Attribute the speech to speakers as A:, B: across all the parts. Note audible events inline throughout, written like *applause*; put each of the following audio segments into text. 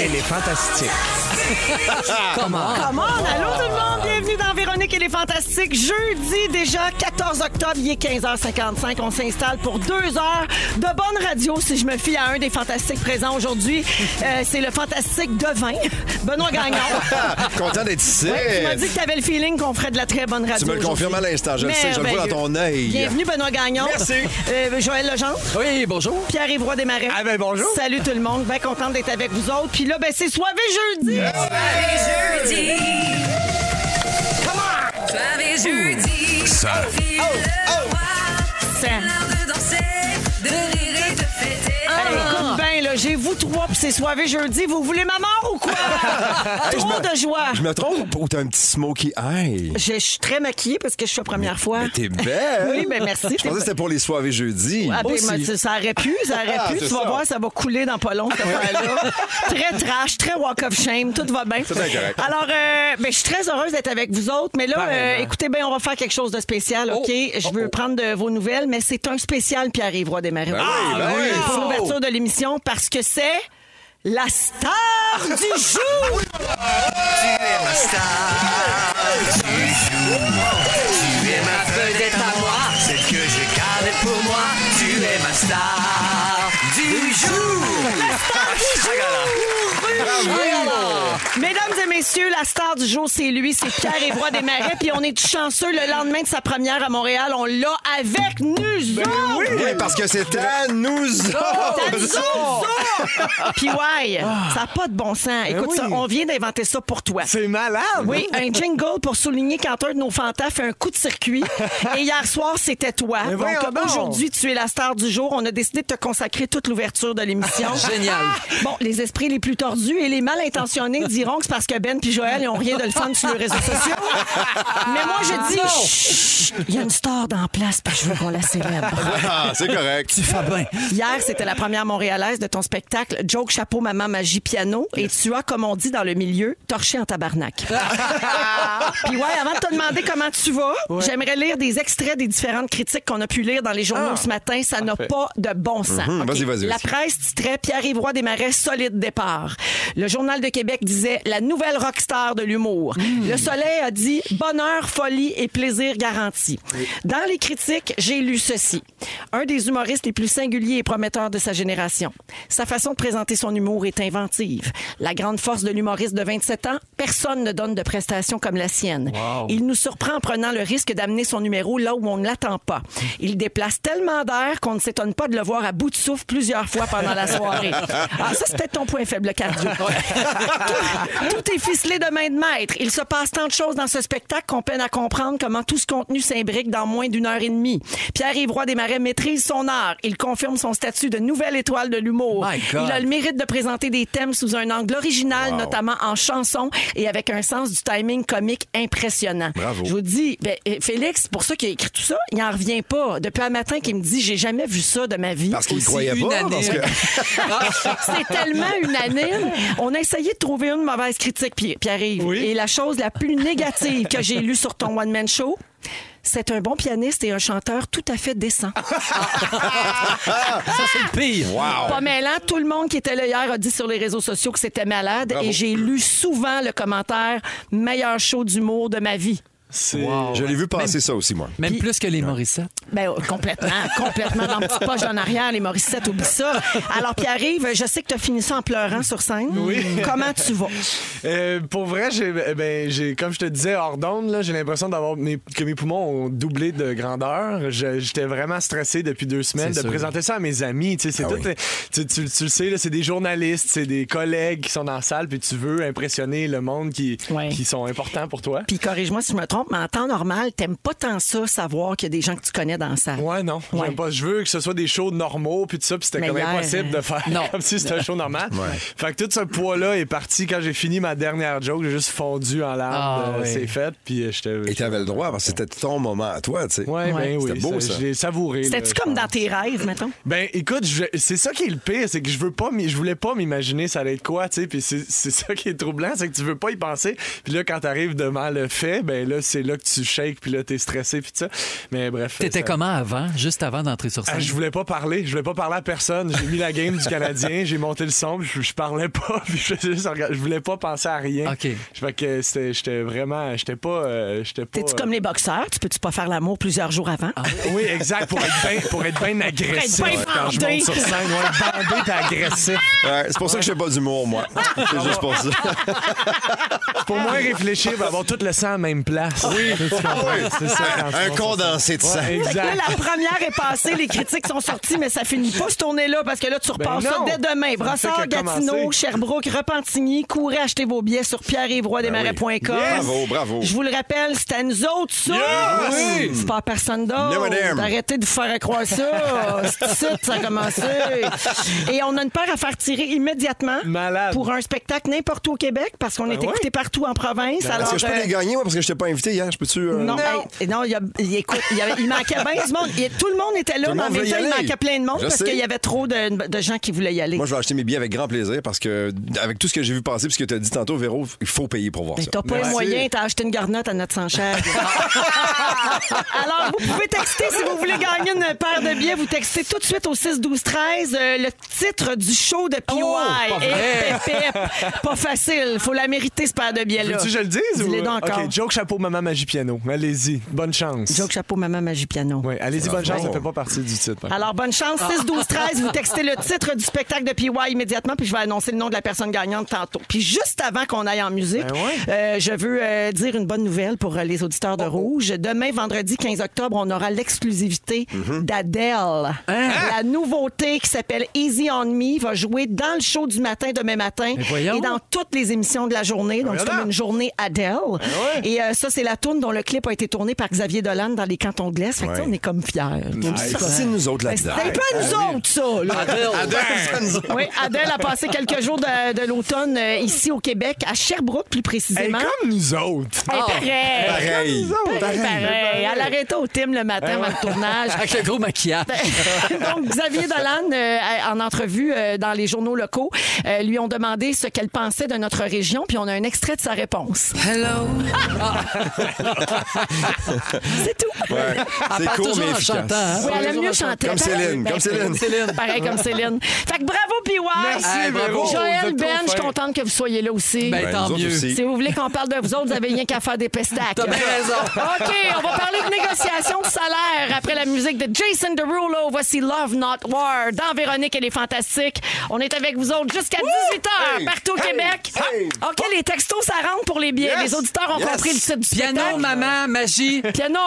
A: Elle est fantastique.
B: Comment? Allô tout le monde, bienvenue dans Véronique et les Fantastiques. Jeudi déjà, 14 octobre, il est 15h55. On s'installe pour deux heures de bonne radio, si je me fie à un des Fantastiques présents aujourd'hui. Euh, c'est le Fantastique de vin, Benoît
C: *laughs*
B: Gagnon.
C: Content d'être ici.
B: Ouais, tu m'as dit que tu avais le feeling qu'on ferait de la très bonne radio
C: Tu me le
B: aujourd'hui.
C: confirmes à l'instant, je le sais, je le vois
B: Merveilleux.
C: dans ton œil.
B: Bienvenue Benoît Gagnon.
C: Merci. Oh.
B: Euh, Joël Legendre.
A: Oui, bonjour.
B: Pierre-Yves Roy Desmarais.
A: Ah ben, bonjour.
B: Salut tout le monde. Bien contente d'être avec vous autres. Puis là, ben c'est soivé jeudi.
D: Ça,
E: Oh, Ah.
B: Hey,
C: Ah.
B: écoute bien, là, j'ai vous trois, puis c'est soivé jeudi. Vous voulez ma mort
C: *laughs*
B: ou quoi? Trop de joie.
C: Je me trompe ou t'as un petit smoky eye?
B: Je je suis très maquillée parce que je suis la première fois.
C: Mais t'es belle.
B: Ah. Oui, ben merci.
C: Je pensais que c'était pour les soirées jeudi.
B: Ah, ben,
A: aussi.
B: moi, tu- ça aurait pu, ça aurait pu.
C: Ah, c'est
B: tu vas
C: ça.
B: voir, ça va couler dans pas long, cette affaire-là. très trash, très walk of shame, tout va bien.
C: bien correct.
B: Alors, euh, ben, je suis très heureuse d'être avec vous autres, mais là,
A: Pareillement.
B: euh, écoutez, ben, on va faire quelque chose de spécial,
C: Oh,
B: OK? Je veux prendre de vos nouvelles, mais c'est un spécial Pierre-Yves Roy des Marais.
C: oui, ben oui.
B: Pour
A: Oh.
B: l'ouverture de l'émission, parce que c'est la star du jour! Mesdames et messieurs, la star du jour, c'est lui, c'est Pierre Évroy Desmarais. Puis on est tout chanceux, le lendemain de sa première à Montréal, on l'a avec nous autres!
C: Oui, parce que c'est à nous
B: T'as
C: autres.
B: dit ça! Puis ouais, ça n'a pas de bon sens. Écoute
A: Ben oui.
B: ça, on vient d'inventer ça pour toi.
A: C'est malade.
B: Oui, un jingle pour souligner quand un de nos fantas fait un coup
A: *laughs*
B: de circuit. Et hier soir, c'était toi.
A: Mais
B: Donc
A: voyons donc.
B: aujourd'hui, tu es la star du jour. On a décidé de te consacrer toute l'ouverture de l'émission.
A: *laughs*
B: Ah!
A: Génial.
B: Bon, les esprits les plus tordus et les mal intentionnés diront que c'est parce que Ben puis Joël ils ont rien de le fun sur les réseaux sociaux. Mais moi, je dis, chut, il y a une star dans la place, puis je veux qu'on la célèbre.
A: *laughs*
C: Ah, c'est correct. Tu fais bien.
B: Hier, c'était la première montréalaise de ton spectacle Joke Chapeau Maman Magie Piano et tu as, comme on dit dans le milieu, torché en tabarnak. *laughs* Puis ouais, avant de te demander comment tu vas, j'aimerais lire des extraits des différentes critiques qu'on a pu lire dans les journaux ce matin. Ça n'a pas de bon sens.
C: Mhm,
B: OK.
C: vas-y, vas-y,
B: La
C: vas-y.
B: presse titrait Pierre-Yves Roy démarrait solide départ. Le Journal de Québec disait la nouvelle rockstar de l'humour. Le Soleil a dit bonheur, folie et plaisir garanti. Dans les critiques, j'ai lu ceci. Un des humoristes les plus singuliers et prometteurs de sa génération. Sa façon de présenter son humour est inventive. La grande force de l'humoriste de 27 ans, personne ne donne de prestations comme la sienne. Il nous surprend en prenant le risque d'amener son numéro là où on ne l'attend pas. Il déplace tellement d'air qu'on ne s'étonne pas de le voir à bout de souffle plusieurs fois pendant la
A: *laughs*
B: soirée. Ah, ça, c'est peut-être ton point faible, le cardio. *laughs* tout, tout est ficelé de main de maître. Il se passe tant de choses dans ce spectacle qu'on peine à comprendre comment tout ce contenu s'imbrique dans moins d'une heure et demie. Pierre-Yves Roy Desmarais maîtrise son art. Il confirme son statut de nouvelle étoile de l'humour.
A: My
B: Il
A: God.
B: a le mérite de présenter des thèmes sous un angle original, notamment en chanson et avec un sens du timing comique impressionnant.
C: Bravo.
B: Je vous dis, ben, euh, Félix, pour ça qu'il a écrit tout ça, il n'en revient pas. Depuis un matin qu'il me dit, j'ai jamais vu ça de ma vie.
C: Parce qu'il
A: Aussi
C: croyait pas.
A: unanime.
C: Parce que...
B: *laughs* C'est tellement unanime. On a essayé de trouver une mauvaise critique, Pi- Pierre-Yves.
A: Oui.
B: Et la chose la plus négative que j'ai lue sur ton one-man show, c'est un bon pianiste et un chanteur tout à fait décent.
A: Ça,
B: Ah!
A: c'est le pire.
C: Wow.
B: Pas mêlant. Tout le monde qui était là hier a dit sur les réseaux sociaux que c'était malade.
C: Bravo.
B: Et j'ai lu souvent le commentaire « Meilleur show d'humour de ma vie ».
A: C'est-
C: Je l'ai vu passer ça aussi, moi.
F: Même plus que les Morissettes.
B: Ben, euh, complètement, complètement dans la petite poche en arrière, les Morissettes, oublie ça. Alors, Pierre-Yves, je sais que tu as fini ça en pleurant sur scène. Comment tu vas?
E: Euh, pour vrai, j'ai, euh, ben, j'ai, comme je te disais hors d'onde, là, j'ai l'impression d'avoir mes- que mes poumons ont doublé de grandeur. Je- j'étais vraiment stressé depuis deux semaines de
F: C'est sûr.
E: présenter ça à mes amis. Tu, sais, c'est
C: Ah
E: tout,
C: oui.
E: euh, tu, tu- tu le sais, là, c'est des journalistes, c'est des collègues qui sont dans la salle, puis tu veux impressionner le monde qui,
B: Ouais.
E: qui sont importants pour toi.
B: Puis corrige-moi si je me trompe, mais en temps normal, t'aimes pas tant ça, savoir qu'il y a des gens que tu connais dans ça.
E: Ouais, non. j'aime
B: Ouais.
E: Pas, je veux que ce soit des shows normaux, puis tout ça, puis c'était
B: Mais
E: comme
B: hier, hein.
E: impossible de faire
F: non.
E: comme si c'était un show normal. Fait que tout ce poids-là est parti quand j'ai fini ma dernière joke. J'ai juste fondu en larmes.
F: Ah,
E: euh,
F: oui.
E: C'est fait, puis euh, j'étais.
C: Et t'avais le droit parce que c'était ton moment à toi, tu sais.
E: Ouais, ben oui.
C: C'était beau, ça.
E: Je l'ai savouré. là,
B: C'était-tu
E: je
B: comme
E: pense.
B: dans tes rêves, mettons?
E: Ben écoute, je- c'est ça qui est le pire, c'est que je veux pas, m'y- je voulais pas m'imaginer ça allait être quoi, tu sais, puis c'est c'est ça qui est troublant, c'est que tu veux pas y penser, puis là quand t'arrives devant le fait, ben là c'est là que tu shakes, puis là t'es stressé, puis tout ça. Mais bref.
F: T'étais
E: ça-
F: comment avant, juste avant d'entrer sur
E: Ah,
F: scène?
E: je voulais pas parler, je voulais pas parler à personne. J'ai mis la game du Canadien, j'ai monté le son, puis je, je parlais pas, *laughs* puis je, faisais juste regarder- je voulais pas penser à rien.
F: OK.
E: Fait que c'était- j'étais vraiment, j'étais pas, euh, j'étais pas.
B: T'es-tu
E: euh,
B: comme les boxeurs? Tu peux-tu pas faire l'amour plusieurs jours avant?
E: Oui, exact, pour être bien pour être bien agressif
B: bien
E: quand je
B: bandé.
E: monte sur scène, ouais, bandé t'es agressif.
C: Ouais, c'est pour ça que je fais pas d'humour, moi. C'est juste pour ça.
E: Pour moins réfléchir, puis avoir tout le sang à la même place. Oui, c'est ça. quand tu
C: Un
E: montes sur scène.
C: condensé de sang.
E: Ouais,
B: Fait que là,
E: exact.
B: la première est passée, les critiques sont sorties, mais ça finit pas cette tournée-là parce que là, tu repars
E: Ben
B: ça
E: non.
B: dès demain.
E: Ça fait
B: Brossard,
E: que
B: Gatineau,
E: commencer.
B: Sherbrooke, Repentigny, courez acheter vos billets sur pierre-yvroidesmarais.com.
E: Ben
C: Yes. Bravo, bravo.
B: Je vous le rappelle, c'était à nous autres, ça.
C: Yes.
B: C'est pas à personne
C: Never them.
B: d'autre. Arrêtez de vous faire croire
E: *laughs*
B: ça. C'est ici que ça a commencé. Et on a une paire à faire tirer immédiatement
E: Malade. Ben
B: pour un spectacle n'importe où au Québec parce qu'on est
E: ouais? Ben,
B: écouté partout en province.
C: Est-ce
B: Alors,
C: que je peux
B: euh,
C: les gagner, moi, parce que je t'ai pas invité hier? Je peux-tu. euh,
B: non, hey, non, il, y a- il- écoute, il, y avait- il manquait bien du monde. Il- tout le monde était là,
C: Tout le
B: mais en
C: monde
B: même
C: veut y
B: temps, il
C: aller.
B: manquait plein de monde
C: Je
B: parce
C: sais.
B: qu'il y avait trop de, de gens qui voulaient y aller.
C: Moi, je vais acheter mes billets avec grand plaisir parce que, avec tout ce que j'ai vu passer, puis ce que tu as dit tantôt, Véro, il faut payer pour voir
B: Ben,
C: ça. Ah,
B: T'as pas les moyens, t'as acheté une garnotte à notre enchère. *laughs* Alors, vous pouvez texter si vous voulez gagner une paire de billets. Vous textez tout de suite au 6 12 13 euh, le titre du show de PY.
F: pas
B: Et
F: vrai.
B: pépé, pas facile. Faut la mériter, cette paire de billets-là.
E: Veux-tu que je le dise?
B: Dis-les
E: ou-
B: donc encore.
E: OK, joke, chapeau, maman, magie, piano. Allez-y. Bonne chance.
B: Joke, chapeau, maman, magie, piano.
E: Oui, allez-y, bonne chance,
C: bon.
E: ça fait pas partie du titre. par contre.
B: Alors, bonne chance. 6, 12, 13. Vous textez le titre du spectacle de PY immédiatement, puis je vais annoncer le nom de la personne gagnante tantôt. Puis juste avant qu'on aille en musique,
E: Ben ouais.
B: euh, je veux euh, dire une bonne nouvelle pour euh, les auditeurs de Rouge. Demain, vendredi 15 octobre, on aura l'exclusivité d'Adèle. La nouveauté qui s'appelle Easy on Me va jouer dans le show du matin demain matin
F: Mais voyons.
B: et dans toutes les émissions de la journée. Donc, c'est
E: Voyons
B: comme une
E: donc.
B: journée Adèle. Et euh, ça, c'est la tourne dont le clip a été tourné par Xavier Dolan dans les Cantons de l'Est. Fait que, tu sais,
C: Ouais.
B: on est comme fiers.
C: C'est nous autres
B: Ben, C'est
C: là-dedans.
B: un peu à nous autres, ça. là.
F: Ah, ben,
B: Oui, Adèle a passé quelques jours de, de l'automne euh, ici au Québec, à Sherbrooke plus
E: Hey,
B: précisément.
E: comme Oh. nous autres. Oh.
B: Hey, pareil.
C: Pareil.
B: Pareil, pareil. Elle arrêtait au Tim le matin avant le
E: *laughs*
B: tournage.
F: Avec le gros maquillage.
B: Ben, Donc, Xavier Dolan, euh, en entrevue euh, dans les journaux locaux, euh, lui ont demandé ce qu'elle pensait de notre région, puis on a un extrait de sa réponse.
F: Hello.
B: C'est
E: Ah,
B: tout.
C: Ouais.
F: Elle
C: C'est
F: parle
C: court,
F: toujours
C: mais
F: en
C: efficace.
F: chantant. hein?
B: Oui, elle aime
F: Toujours en
B: mieux
F: chantant.
B: chanter.
C: Comme Céline,
B: Ben,
C: comme Céline.
F: Céline.
B: Pareil comme Céline. Fait que bravo, PY.
E: Merci,
F: bravo.
E: Véro. Vous
B: Joël,
E: êtes
B: Ben,
E: trop
B: je suis
E: fin.
B: contente que vous soyez là aussi.
F: Ben,
C: Ben,
F: tant
C: nous autres
F: mieux.
C: aussi.
B: Si vous voulez qu'on parle de vous autres, vous avez rien qu'à faire des pestacs.
F: T'as bien raison.
B: OK, on va parler de négociation de salaire après la musique de Jason Derulo. Voici Love Not War dans Véronique et les Fantastiques. On est avec vous autres jusqu'à 18h
C: Hey!
B: partout au
C: Hey!
B: Québec.
C: Hey!
B: Ah, OK, les textos, ça rentre pour les billets.
C: Yes!
B: Les auditeurs ont
C: Yes!
B: compris le titre du
F: Piano,
B: spectacle.
F: maman, magie.
B: Piano!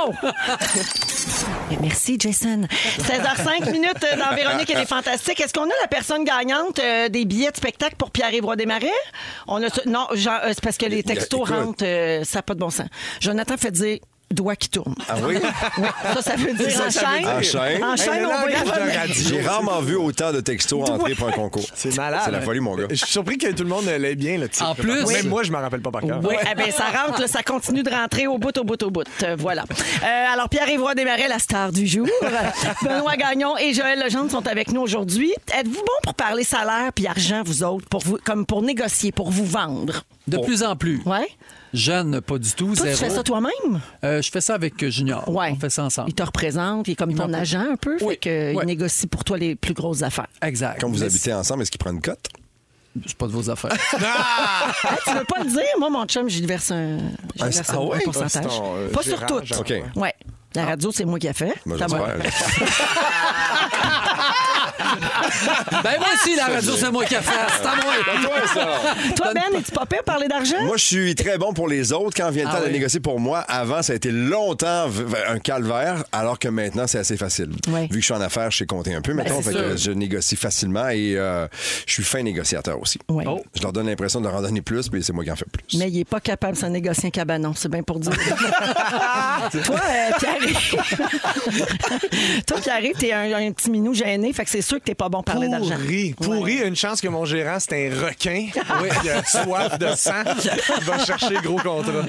B: Mais *laughs* Merci, Jason. 16h05 minutes euh, dans Véronique, elle est fantastique. Est-ce qu'on a la personne gagnante euh, des billets de spectacle pour Pierre-Yves Desmarais? On a ce- Non, Jean- euh, c'est parce que les textos
C: Écoute.
B: rentrent, euh, ça n'a pas de bon sens. Jonathan fait dire doigt qui *laughs* tourne.
C: Ah
F: *laughs*
C: oui?
B: Oui, ça, ça veut dire enchaîne.
C: Enchaîne.
B: Enchaîne,
E: Hey, le
B: on va y
E: langage de
B: revenir.
E: radio.
C: J'ai rarement vu autant de textos entrer pour un concours.
E: C'est malade.
C: C'est la folie, mon gars.
E: Je suis surpris que tout le monde l'ait bien, le titre.
F: En plus.
E: Même moi, je m'en rappelle pas par cœur.
B: Oui, eh ben, ça rentre, là, ça continue de rentrer au bout, au bout, au bout. Euh, voilà. Euh, alors, Pierre-Yves Desmarais, la star
F: *laughs*
B: du jour. Benoît Gagnon et Joël Legendre sont avec nous aujourd'hui. Êtes-vous bon pour parler salaire puis argent, vous autres, pour vous, comme pour négocier, pour vous vendre?
F: De plus en plus.
B: Oh. Ouais.
F: Jeune, pas du tout,
B: Toi,
F: zéro.
B: tu fais ça toi-même?
F: Euh, je fais ça avec euh, Junior.
B: Ouais.
F: On fait ça ensemble.
B: Il te représente, il est comme ton
F: m'en-
B: agent un peu,
F: Oui,
B: fait que
F: ouais.
B: il négocie pour toi les plus grosses affaires.
F: Exact.
C: Quand vous
F: Mais
C: habitez ensemble, est-ce qu'il prend une cote?
F: c'est- C'est pas de vos
B: *laughs*
F: affaires.
B: Ah, tu veux pas le dire? Moi, mon chum, je lui verse un, je lui
C: Ah,
B: verse
C: ah
B: un
C: ouais?
B: pourcentage.
E: Ah, c'est ton, euh,
B: pas sur
E: gérant,
B: tout.
E: genre,
C: OK. ouais.
B: Ouais.
C: Ben,
B: La radio, c'est moi qui a fait.
C: Moi,
B: C'est à moi.
C: j'espère.
F: Ben moi aussi, la radio, c'est moi qui a fait. C'est à moi.
C: C'est toi, ça.
B: Toi, Ben, es-tu pas pire parler d'argent?
C: Moi, je suis très bon pour les autres. Quand vient le
F: Ah
C: temps de
F: oui.
C: négocier pour moi, avant, ça a été longtemps v- v- un calvaire, alors que maintenant, c'est assez facile.
B: Ouais. Ben,
C: Vu que je suis en affaires, je sais compter un peu, mettons.
F: c'est
C: fait que
F: sûr.
C: je négocie facilement et euh, je suis fin négociateur aussi.
B: Ouais.
C: Je leur donne l'impression de leur en donner plus, mais c'est moi qui en fais plus.
B: Mais il n'est pas capable de s'en négocier un cabanon, c'est bien pour *laughs* dire. Toi, euh, Pierre- *laughs* Toi, Pierre, t'es un, un petit minou gêné, fait que c'est sûr que t'es pas bon parler d'argent.
E: Pourri, pourri, une chance que mon gérant, c'est un
B: *laughs*
E: requin. Oui. Il a soif de sang. Il va chercher gros contrat.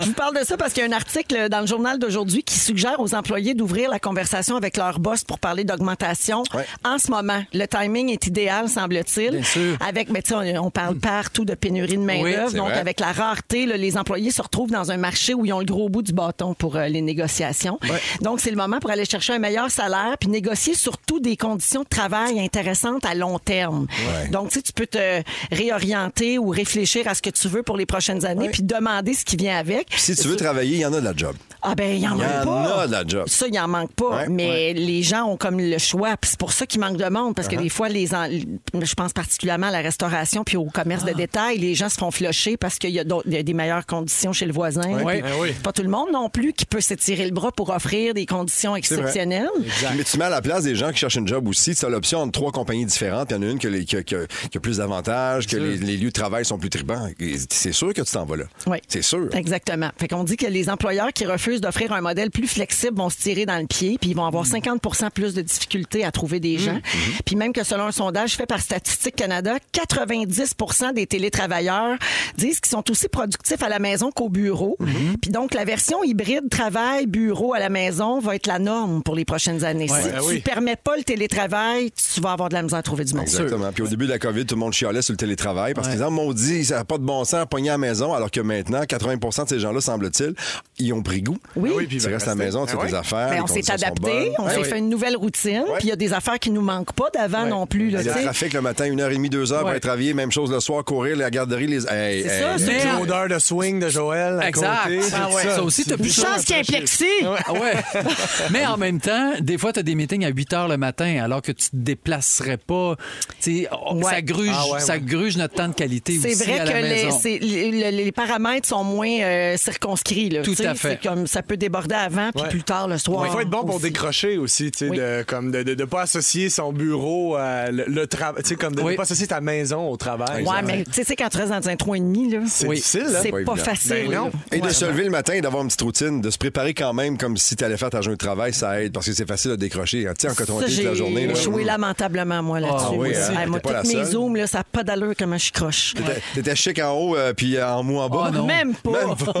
B: Je vous parle de ça parce qu'il y a un article dans le journal d'aujourd'hui qui suggère aux employés d'ouvrir la conversation avec leur boss pour parler d'augmentation
C: Ouais.
B: en ce moment. Le timing est idéal, semble-t-il.
F: Bien sûr.
B: Avec, mais tu sais, on, on parle partout de pénurie de main-d'œuvre.
C: c'est
B: donc,
C: vrai.
B: avec la rareté, là, les employés se retrouvent dans un marché où ils ont le gros bout du bâton pour euh, les négociations. Donc, c'est le moment pour aller chercher un meilleur salaire puis négocier surtout des conditions de travail intéressantes à long terme. Donc, tu sais, tu peux te réorienter ou réfléchir à ce que tu veux pour les prochaines années puis demander ce qui vient avec.
C: Puis si tu veux travailler, il y en a de la job.
B: Ah ben, il en
C: Il y
B: manque
C: en
B: pas.
C: a de la job.
B: Ça, il en manque pas.
C: Ouais. Uh-huh.
B: mais les gens ont comme le choix. Puis c'est pour ça qu'il manque de monde. Parce que des fois, les en- je pense particulièrement à la restauration puis au commerce
C: Ah.
B: de détail, les gens se font flocher parce qu'il y, a d'autres- il y a des meilleures conditions chez le voisin.
F: Ouais.
B: Puis
E: Ah oui.
B: c'est Pas tout le monde non plus qui peut s'étirer le bras pour offrir des conditions
C: vrai.
B: exceptionnelles.
C: Mais tu mets à la place des gens qui cherchent une job aussi. Tu as l'option entre trois compagnies différentes. Il y en a une qui a, les- qui a- qui a- qui a plus d'avantages, que les, les lieux de travail sont plus tribants. Et C'est sûr que tu t'en vas là.
B: Oui.
C: C'est sûr.
B: Exactement. Fait qu'on dit que les employeurs qui refusent d'offrir un modèle plus flexible vont se tirer dans le pied, puis ils vont avoir 50 plus de difficultés à trouver des gens. Puis même que selon un sondage fait par Statistique Canada, 90 des télétravailleurs disent qu'ils sont aussi productifs à la maison qu'au bureau. Puis donc, la version hybride travail-bureau à la maison va être la norme pour les prochaines années. si
E: ben
B: tu
E: oui.
B: permets pas le télétravail, tu vas avoir de la misère à trouver du monde.
C: Exactement. Puis au début de la COVID, tout le monde chialait sur le télétravail parce qu'ils disaient, Ah, maudit, ça n'a pas de bon sens, pogné à la maison, alors que maintenant, 80 de ces gens-là, semble-t-il, ils ont pris goût.
B: Oui. Ah oui,
E: puis ils
C: tu
E: veulent
C: restes à la
E: rester.
C: maison, tu fais
E: Ah
C: tes
E: ouais.
C: affaires.
B: Ben,
C: les
B: on s'est
C: conditions sont
B: adapté,
C: bonnes.
B: on
C: Ah
B: s'est
C: oui.
B: fait une nouvelle routine, puis il y a des affaires qui nous manquent pas d'avant non plus. Là,
C: Ben, Le
B: tu sais.
C: trafic le matin, une heure et demie, deux heures pour
F: Ouais.
C: aller travailler, même chose le soir, courir, la garderie, les.
B: C'est
C: Hey, hey,
B: ça,
C: hey.
B: c'est-
F: Mais-
E: Puis L'odeur de swing de Joël. à
F: Exact.
E: côté,
F: Ah
E: tout
F: ouais. Ça aussi, t'as plus
B: Une chance qu'il y ait un plexi.
F: Ah ouais. *laughs* Mais en même temps, des fois, tu as des meetings à 8 heures le matin alors que tu te déplacerais pas. Tu sais, oh,
B: Ouais.
F: Ça, gruge,
E: Ah ouais, ouais.
F: ça gruge notre temps de qualité
B: C'est
F: aussi
B: vrai
F: à
B: que
F: la
B: les,
F: maison.
B: c'est- les- les- les paramètres sont moins euh, circonscrits. là.
F: Tout
B: Tu sais,
F: à fait.
B: c'est Comme, ça peut déborder avant, puis
E: Ouais.
B: plus tard le soir.
E: Il faut être bon pour
B: aussi.
E: décrocher aussi, tu sais,
B: Oui.
E: de comme de, de, de pas associer son bureau à le, le travail, tu sais, comme de, de
F: Oui.
E: pas associer ta maison au travail.
B: Ouais, mais tu sais, quand tu restes dans un 3,5, là,
E: c'est
F: Oui.
E: difficile, là.
B: c'est
C: hein,
B: pas
C: pas évident.
B: facile.
E: Ben non.
B: là.
C: Et de se lever le matin et d'avoir une petite routine, de se préparer quand même comme si tu allais faire ta journée de travail, ça aide parce que c'est facile à décrocher. hein. Tu sais, en coton
B: Ça,
C: toute la journée.
B: j'ai
C: là.
B: joué lamentablement,
F: Ah
B: moi, là-dessus.
C: oui,
B: Ouais,
C: hein, t'es
B: moi,
C: pas la
B: toutes mes
C: seule.
B: zooms, là, ça n'a pas d'allure comment je croche.
C: T'étais- T'étais chic en haut euh, puis euh, en mou en bas.
F: Ah non.
B: Même pas.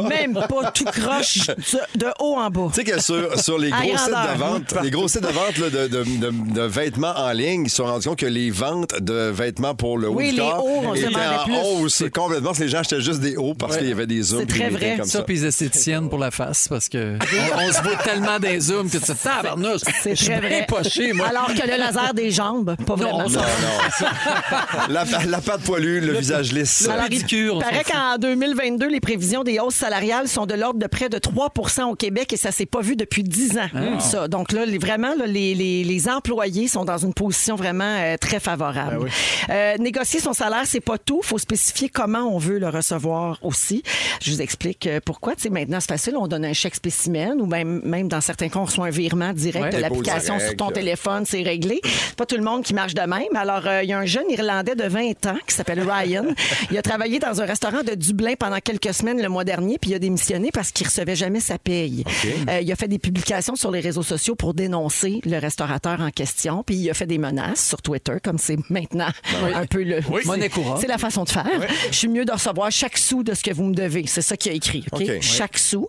B: Même pas. Tout
C: *laughs*
B: croche de, de haut en bas.
C: Tu sais que sur,
B: *laughs*
C: sur les
B: À
C: gros sites
B: grandeur.
C: de vente, les gros sites de vente là, de, de- de- de vêtements en ligne, ils se sont rendus compte que les ventes de vêtements pour le haut
B: Oui,
C: du
B: les
C: corps
B: hauts, on se
C: étaient
B: demandait
C: en
B: plus.
C: hausse complètement. Les gens achetaient juste des hauts parce qu'il y avait des zooms.
B: C'est
C: puis des
B: très
C: meetings
B: vrai.
C: Comme
F: ça,
C: ça.
F: puis les esthéticiennes pour la face, parce que on, on se voit tellement des zooms que tu te dis, tabarnouche, je
B: C'est
F: suis
B: très
F: bien
B: vrai.
F: poché, moi.
B: Alors que le laser des jambes, pas vraiment.
F: on s'en
C: Non, non.
B: *laughs*
C: la, la patte poilue, le, visage lisse. Ben
B: Alors,
F: Ridicule,
B: il
F: on
B: paraît
F: s'en fout.
B: qu'en 2022, les prévisions des hausses salariales sont de l'ordre de près de 3 au Québec et ça s'est pas vu depuis 10 ans.
F: Ah.
B: Ça. Donc là, les- vraiment, là, les, les- les employés sont dans une position vraiment euh, très favorable.
F: Ben
B: Euh, négocier son salaire, c'est pas tout. faut spécifier comment on veut le recevoir aussi. Je vous explique euh, pourquoi. Tu sais, maintenant, c'est facile. On donne un chèque spécimen ou même, même dans certains cas, on reçoit un virement direct
F: Ouais.
B: de l'application
C: Dépôt
B: sur ton
C: direct.
B: téléphone téléphone, c'est réglé. C'est pas tout le monde qui marche de même. Alors, euh, il y a un jeune Irlandais de 20 ans qui s'appelle Ryan. Il a travaillé dans un restaurant de Dublin pendant quelques semaines le mois dernier, puis il a démissionné parce qu'il recevait jamais sa paye. Euh, il a fait des publications sur les réseaux sociaux pour dénoncer le restaurateur en question, puis il a fait des menaces sur Twitter, comme c'est maintenant un peu le...
F: Oui.
B: c'est-
F: Monnaie courante.
B: C'est la façon de faire. Je suis mieux de recevoir chaque sou de ce que vous me devez. C'est ça qu'il a écrit, OK?
C: OK. Ouais.
B: Chaque sou.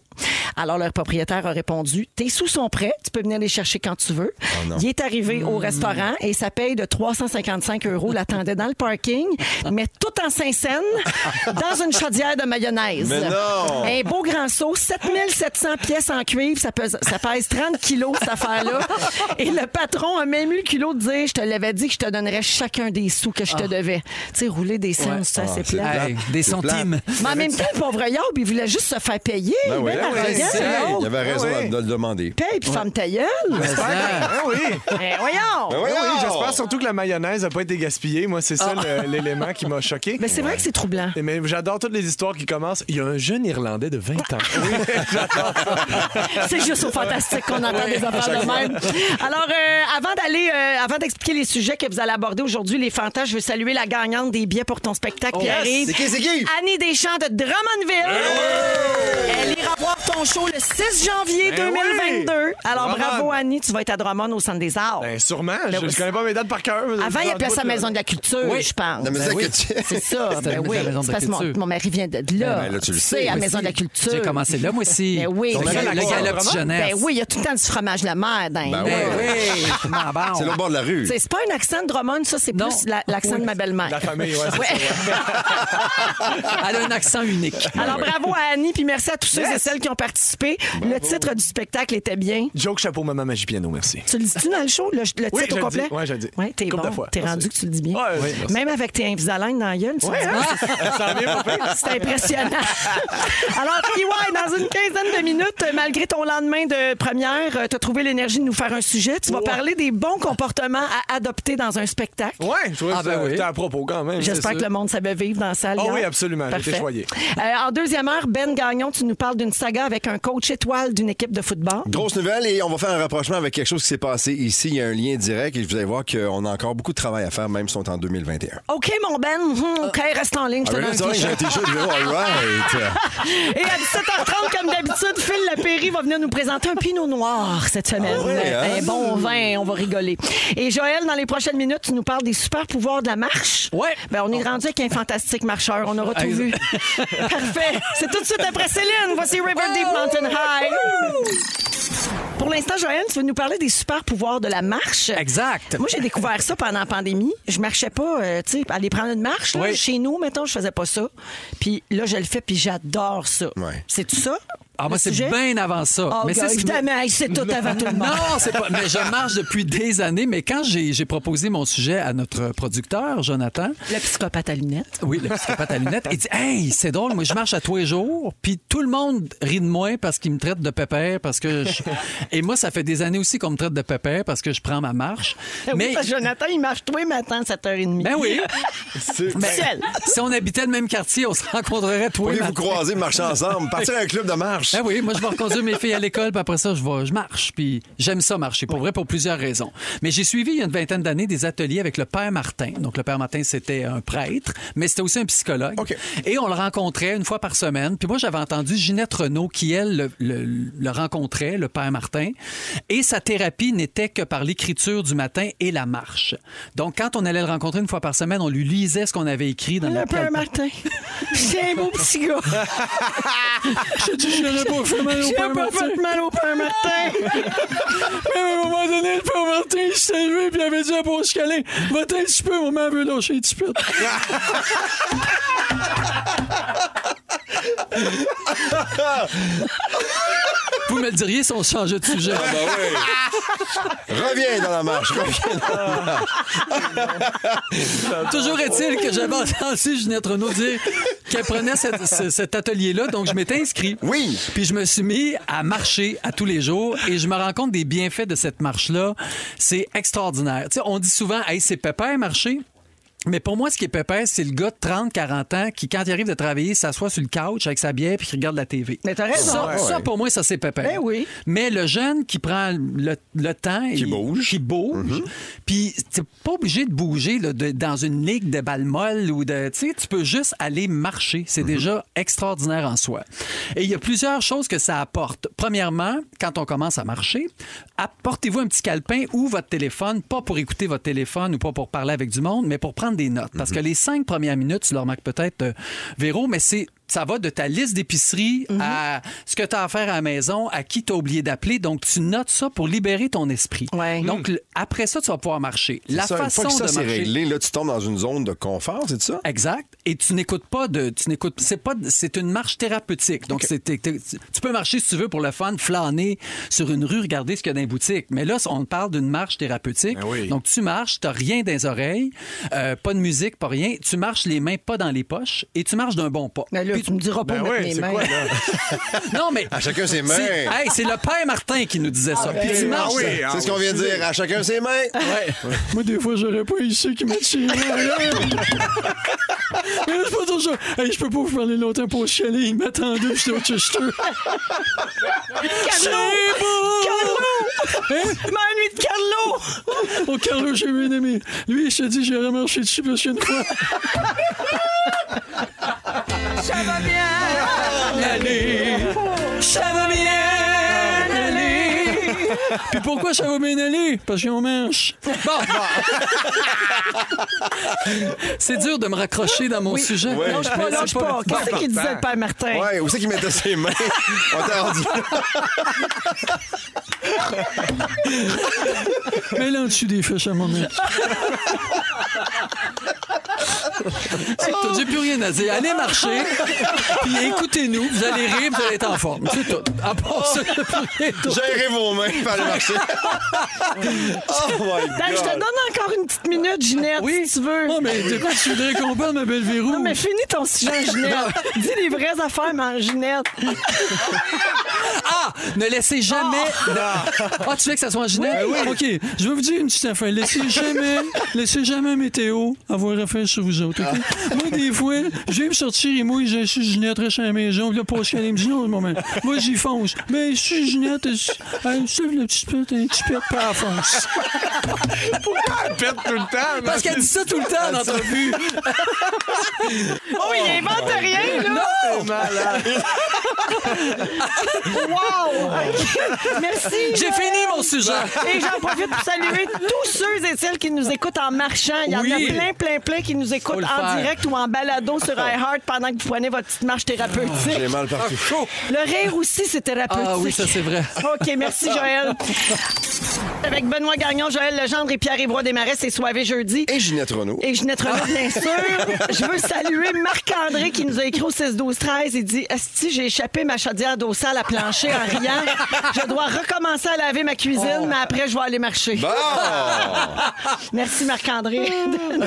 B: Alors, leur propriétaire a répondu, tes sous sont prêts, tu peux venir les chercher quand tu veux.
C: Oh non.
B: Il est arrivé au restaurant et sa paye de 355 euros l'attendait dans le parking, mais tout en Saint-Seine, dans une chaudière de mayonnaise. Eh
C: Mais non!
B: Un beau grand seau, 7700 pièces en cuivre, ça pèse, ça pèse 30 kilos, cette affaire-là. Et le patron a même eu le culot de dire Je te l'avais dit que je te donnerais chacun des sous que je te devais. Tu sais, rouler des scènes,
F: Ouais.
B: ça,
C: Ah,
B: c'est
C: c'est
B: plat.
F: Hey, des
C: C'est plate.
F: centimes.
B: Mais en même temps, le pauvre Yob, il voulait juste se faire payer.
C: Ben oui,
B: Ben,
C: ben oui,
B: arrogant,
F: c'est-
B: l'autre.
C: Il avait raison
E: Ah ouais.
C: de le demander.
B: Paye, puis ferme ta gueule.
F: Mais ça,
E: Ah oui.
B: Ben, voyons! non!
C: Ben
E: Oui,
C: voyons!
E: oui, j'espère surtout que la mayonnaise n'a pas été gaspillée. Moi, c'est ça le- l'élément qui m'a choqué.
B: Mais c'est vrai que c'est troublant.
E: Et Mais j'adore toutes les histoires qui commencent. Il y a un jeune Irlandais de 20 ans.
B: C'est juste au fantastique qu'on entend des affaires de même. Alors, euh, avant d'aller, euh, avant d'expliquer les sujets que vous allez aborder aujourd'hui, les fantas, je veux saluer la gagnante des billets pour ton spectacle qui arrive.
C: C'est qui, c'est qui?
B: Annie Deschamps de Drummondville. Elle ira voir ton show le 6 janvier
E: Ben
B: 2022.
E: oui!
B: Alors,
E: Drummond.
B: bravo, Annie. Tu vas être à Drummond au Centre des Arts.
E: Ben, sûrement. Je, je connais pas mes dates par cœur.
G: Avant, il appelait ça
E: Là.
G: Maison de la Culture, je
B: Ah,
G: pense. Ben
B: ben
C: Non, mais c'est que tu-
G: C'est ça,
F: C'était
G: ben
F: la
G: oui.
F: Maison de la
G: C'est parce que mon,
F: Culture.
G: mon mari vient de là.
C: Ben, là, tu le sais,
G: C'est à la Maison de la Culture.
F: J'ai commencé là, moi aussi.
G: Ben oui.
F: Le,
G: On avait
F: gars-
E: la
F: le
E: croix,
F: gars, la
E: vraiment?
F: petite jeunesse.
G: Ben oui, il y a tout le temps du fromage la mer dans les
C: Ben
G: rues.
C: oui.
F: Ben oui, je m'en barre.
C: *laughs* C'est le bord de la rue.
B: C'est c'est pas un accent de Drummond, ça, c'est
F: Non.
B: plus la- l'accent de ma belle-mère.
E: euh, La famille, ouais. c'est
B: Ouais.
E: ça, ouais.
F: Elle a un accent unique.
B: Alors, bravo à Annie, puis merci à tous ceux et celles qui ont participé. Le titre du spectacle était bien.
E: Joke chapeau, maman magie piano, merci.
B: Tu le dis-tu dans le show, le, le
E: Oui,
B: titre
E: je
B: au
E: le
B: complet?
E: dis. Ouais, je le dis.
B: Ouais, t'es
E: Couple de
B: bon.
E: fois.
B: T'es
E: Merci.
B: rendu que tu le dis bien.
E: Ouais, oui, merci. hein? Ah,
B: Même avec tes Invisalign dans la gueule, tu le dis bien.
E: Ça vient, pas pire.
B: C'est impressionnant. *laughs* Alors, EY, dans une quinzaine de minutes, euh, malgré ton lendemain de première, tu as trouvé l'énergie de nous faire un sujet. Tu vas
E: Ouais.
B: parler des bons comportements à adopter dans un spectacle.
E: Ouais, je trouvais
F: Ah,
E: que
F: ben
E: ça-
F: oui.
E: c'était à propos quand même.
B: J'espère
E: c'est
B: que le monde savait vivre dans la salle.
E: Ah
B: hier.
E: oui, absolument. J'étais
B: Parfait.
E: choyé.
B: Euh, en deuxième heure, Ben Gagnon, tu nous parles d'une saga avec un coach étoile d'une équipe de football.
C: Grosse nouvelle et on va faire un rapprochement avec quelque chose qui s'est passé ici. Il y a un lien direct et vous allez voir qu'on a encore beaucoup de travail à faire, même si on est en 2021.
B: OK, mon Ben. Hum, OK, reste en ligne. Je te
E: ben
B: donne
C: Ah,
B: un
C: c'est vrai que j'ai
B: t-shirt.
C: un t-shirt, je vais voir, alright.
B: Et à 17h30, comme d'habitude, Phil Lapéry va venir nous présenter un pinot noir cette semaine.
C: Ah ouais, hein?
B: Un bon vin, on va rigoler. Et Joël, dans les prochaines minutes, tu nous parles des super pouvoirs de la marche.
F: Ouais.
B: Ben, on est rendu avec un fantastique marcheur. On aura tout vu. *laughs* Parfait. C'est tout de suite après Céline. Voici River Deep Mountain High. Pour l'instant, Joël, tu veux nous parler des super pouvoirs de la marche.
F: Exact.
B: Moi, j'ai découvert ça pendant la pandémie. Je marchais pas, euh, tu sais, aller prendre une marche. là.
F: Oui.
B: Chez nous, mettons, je faisais pas ça. Puis là, je le fais, puis j'adore ça.
C: Ouais.
B: C'est tout ça?
F: Ah, moi,
B: le
F: c'est
B: sujet?
F: bien avant ça.
B: Ah,
F: mais c'est ce qui me-
B: évidemment, c'est tout avant tout le monde.
F: Non, c'est pas. Mais je marche depuis des années. Mais quand j'ai j'ai proposé mon sujet à notre producteur, Jonathan,
B: Le psychopathe à lunettes.
F: oui, le psychopathe à lunettes, il dit Hey, c'est drôle, moi, je marche à tous les jours. Puis tout le monde rit de moi parce qu'il me traite de pépère. Parce que *laughs* je- Et moi, ça fait des années aussi qu'on me traite de pépère parce que je prends ma marche. *laughs*
B: Mais...
F: Mais.
B: Jonathan, il marche tous les matins, 7h30.
F: Ben oui.
C: C'est-
F: Mais
B: Seul.
F: si on habitait le même quartier, on se rencontrerait tous les
C: Pourriez vous
F: matins.
C: croiser, marcher ensemble, partir à un club de marche.
F: Ah oui, moi je vais reconduire mes filles à l'école, puis après ça je vais, je marche, puis j'aime ça marcher, pour vrai, pour plusieurs raisons. Mais j'ai suivi il y a une vingtaine d'années des ateliers avec le père Martin. Donc le père Martin c'était un prêtre, mais c'était aussi un psychologue.
C: OK.
F: Et on le rencontrait une fois par semaine. Puis moi j'avais entendu Ginette Renault qui elle le, le- le rencontrait, le père Martin, et sa thérapie n'était que par l'écriture du matin et la marche. Donc quand on allait le rencontrer une fois par semaine, on lui lisait ce qu'on avait écrit dans
B: Le
F: notre
B: père *laughs* Martin. C'est un beau petit gars.
F: *laughs*
B: J'ai pas fait mal au père Martin.
F: Mais à un moment donné, le père Martin, il s'est levé puis il avait dit à bon chicaler, va-t'en un petit peu, maman elle veut lâcher un petit
C: *laughs*
F: peu. Vous me le diriez si on changeait de sujet.
C: Ah, ben oui. Reviens dans la marche. reviens.
F: Toujours est-il que j'avais entendu Ginette Renaud dire qu'elle prenait cette- ce- cet atelier-là, donc je m'étais inscrit.
C: Oui.
F: Puis je me suis mis à marcher à tous les jours et je me rends compte des bienfaits de cette marche-là. C'est extraordinaire. Tu sais, on dit souvent, hey, c'est pépère marcher. Mais pour moi, ce qui est pépère, c'est le gars de 30, 40 ans qui, quand il arrive de travailler, s'assoit sur le couch avec sa bière puis qui regarde la TV.
B: Mais t'as raison.
F: Ça,
B: Ouais,
F: ça, pour moi, ça, c'est pépère.
B: Ben oui.
F: Mais le jeune qui prend le, le temps... Qui
C: bouge.
F: Qui bouge. Puis t'es pas obligé de bouger là, de- dans une ligue de balle molle ou de... Tu sais, tu peux juste aller marcher. C'est déjà extraordinaire en soi. Et il y a plusieurs choses que ça apporte. Premièrement, quand on commence à marcher, apportez-vous un petit calepin ou votre téléphone, pas pour écouter votre téléphone ou pas pour parler avec du monde, mais pour prendre des notes. Parce que les cinq premières minutes, tu le remarques peut-être, euh, Véro, mais c'est ça va de ta liste d'épicerie
B: Mhm.
F: à ce que tu as à faire à la maison, à qui tu as oublié d'appeler. Donc, tu notes ça pour libérer ton esprit.
B: Ouais.
F: Donc, le- après ça, tu vas pouvoir marcher. La
C: Ça, une
F: façon
C: fois que ça
F: de
C: Hmm. c'est
F: marcher.
C: réglé, là, tu tombes dans une zone de confort, c'est ça?
F: Exact. Et tu n'écoutes pas de. Tu n'écoutes. C'est pas. C'est une marche thérapeutique. Donc, c'est- t'es- t'es- tu peux marcher si tu veux pour le fun, flâner sur une rue, regarder ce qu'il y a dans les boutiques. Mais là, on parle d'une marche thérapeutique.
E: Ben oui.
F: Donc, tu marches, t'as rien dans les oreilles, euh, pas de musique, pas rien. Tu marches les mains pas dans les poches et tu marches d'un bon pas.
B: Mais là,
F: Puis
G: tu
F: sais,
G: me diras pas
E: Ben
G: où mettre
E: oui,
G: mes
E: c'est
G: mains.
E: quoi,
B: *laughs*
E: là?
F: non, mais.
C: À chacun ses mains.
F: C'est hey, c'est le père Martin qui nous disait ça. Puis
E: ben,
F: dimanche,
E: ah oui.
C: C'est ce qu'on vient de dire. À chacun ses mains.
F: Moi, des fois, j'aurais pas ici qui m'a tiré. Mais là, je peux toujours. Hey, je peux pas vous parler longtemps pour chialer. Il m'attendait, puis j'étais au Chester. Carlo! Carlo!
B: Ma nuit de Carlo!
F: Oh, Carlo, j'ai bien aimé. Lui, il s'est dit, j'ai vraiment marché dessus parce qu'une fois.
B: Ça va bien aller. Ça va bien aller.
F: Puis pourquoi ça va bien aller? Parce qu'on mange. Bon! C'est dur de me raccrocher dans mon sujet.
C: Ouais.
B: Lâche pas,
F: Mais
B: lâche
F: c'est
B: pas. Qu'est-ce qu'il disait, le père Martin?
C: Ouais, où c'est qu'il mettait ses mains? On t'a rendu là.
F: Mais là, en dessous des fesses à mon nez. *laughs* C'est tout. J'ai plus rien à dire. Allez marcher, puis écoutez-nous. Vous allez rire, vous allez être en forme. C'est tout. À part ça, j'ai plus rien d'autre.
C: Gérez vos mains, il fallait marcher. Oh my God!
B: Dan, je te donne encore une petite minute, Ginette, si tu veux.
F: Non, mais de quoi tu voudrais qu'on parle, ma belle Vérou?
B: Non, mais finis ton sujet, Ginette. Dis les vraies affaires, mais en Ginette.
F: Ah! Ne laissez jamais. Ah, tu veux que ça soit en Ginette? OK. Je vais vous dire une petite affaire. *laughs* Laissez jamais, laissez jamais météo avoir affaire sur vous autres. OK? Moi, des fois, je vais me sortir et moi, je suis Ginette, reste à la maison. Puis là, Pascal, il me dit non, au moment. Moi, j'y fonce. Mais je suis Ginette, elle s- elle suive le petit pète, un petit pète, pas à fonce.
E: Pourquoi elle pète tout le temps?
F: Parce qu'elle dit ça tout le temps en *laughs* entrevue.
B: Oh, il invente rien, là.
F: Non!
B: Wow! Merci.
F: J'ai
B: là.
F: fini mon sujet.
B: Et j'en profite pour saluer tous ceux et celles qui nous écoutent en marchant. Il y en
F: Oui.
B: a plein, plein, plein qui nous
F: Faut
B: écoutent
F: le
B: en
F: faire.
B: direct ou en balado sur iHeart pendant que vous prenez votre petite marche thérapeutique.
C: Ah, J'ai mal partout.
F: Ah, Chaud.
B: Le rire aussi, c'est thérapeutique.
F: Ah oui, ça, c'est vrai.
B: OK,
F: *laughs*
B: merci, Joël. Avec Benoît Gagnon, Joël Legendre et Pierre-Évroy Desmarais, c'est soirée jeudi.
C: Et Ginette Renault.
B: Et je Renaud, bien sûr. Je veux saluer Marc-André qui nous a écrit au 16-12-13 et dit Esti, j'ai échappé ma chaudière d'eau sale à plancher en riant. Je dois recommencer à laver ma cuisine, mais après, je vais aller marcher.
C: Bon!
B: Merci Marc-André.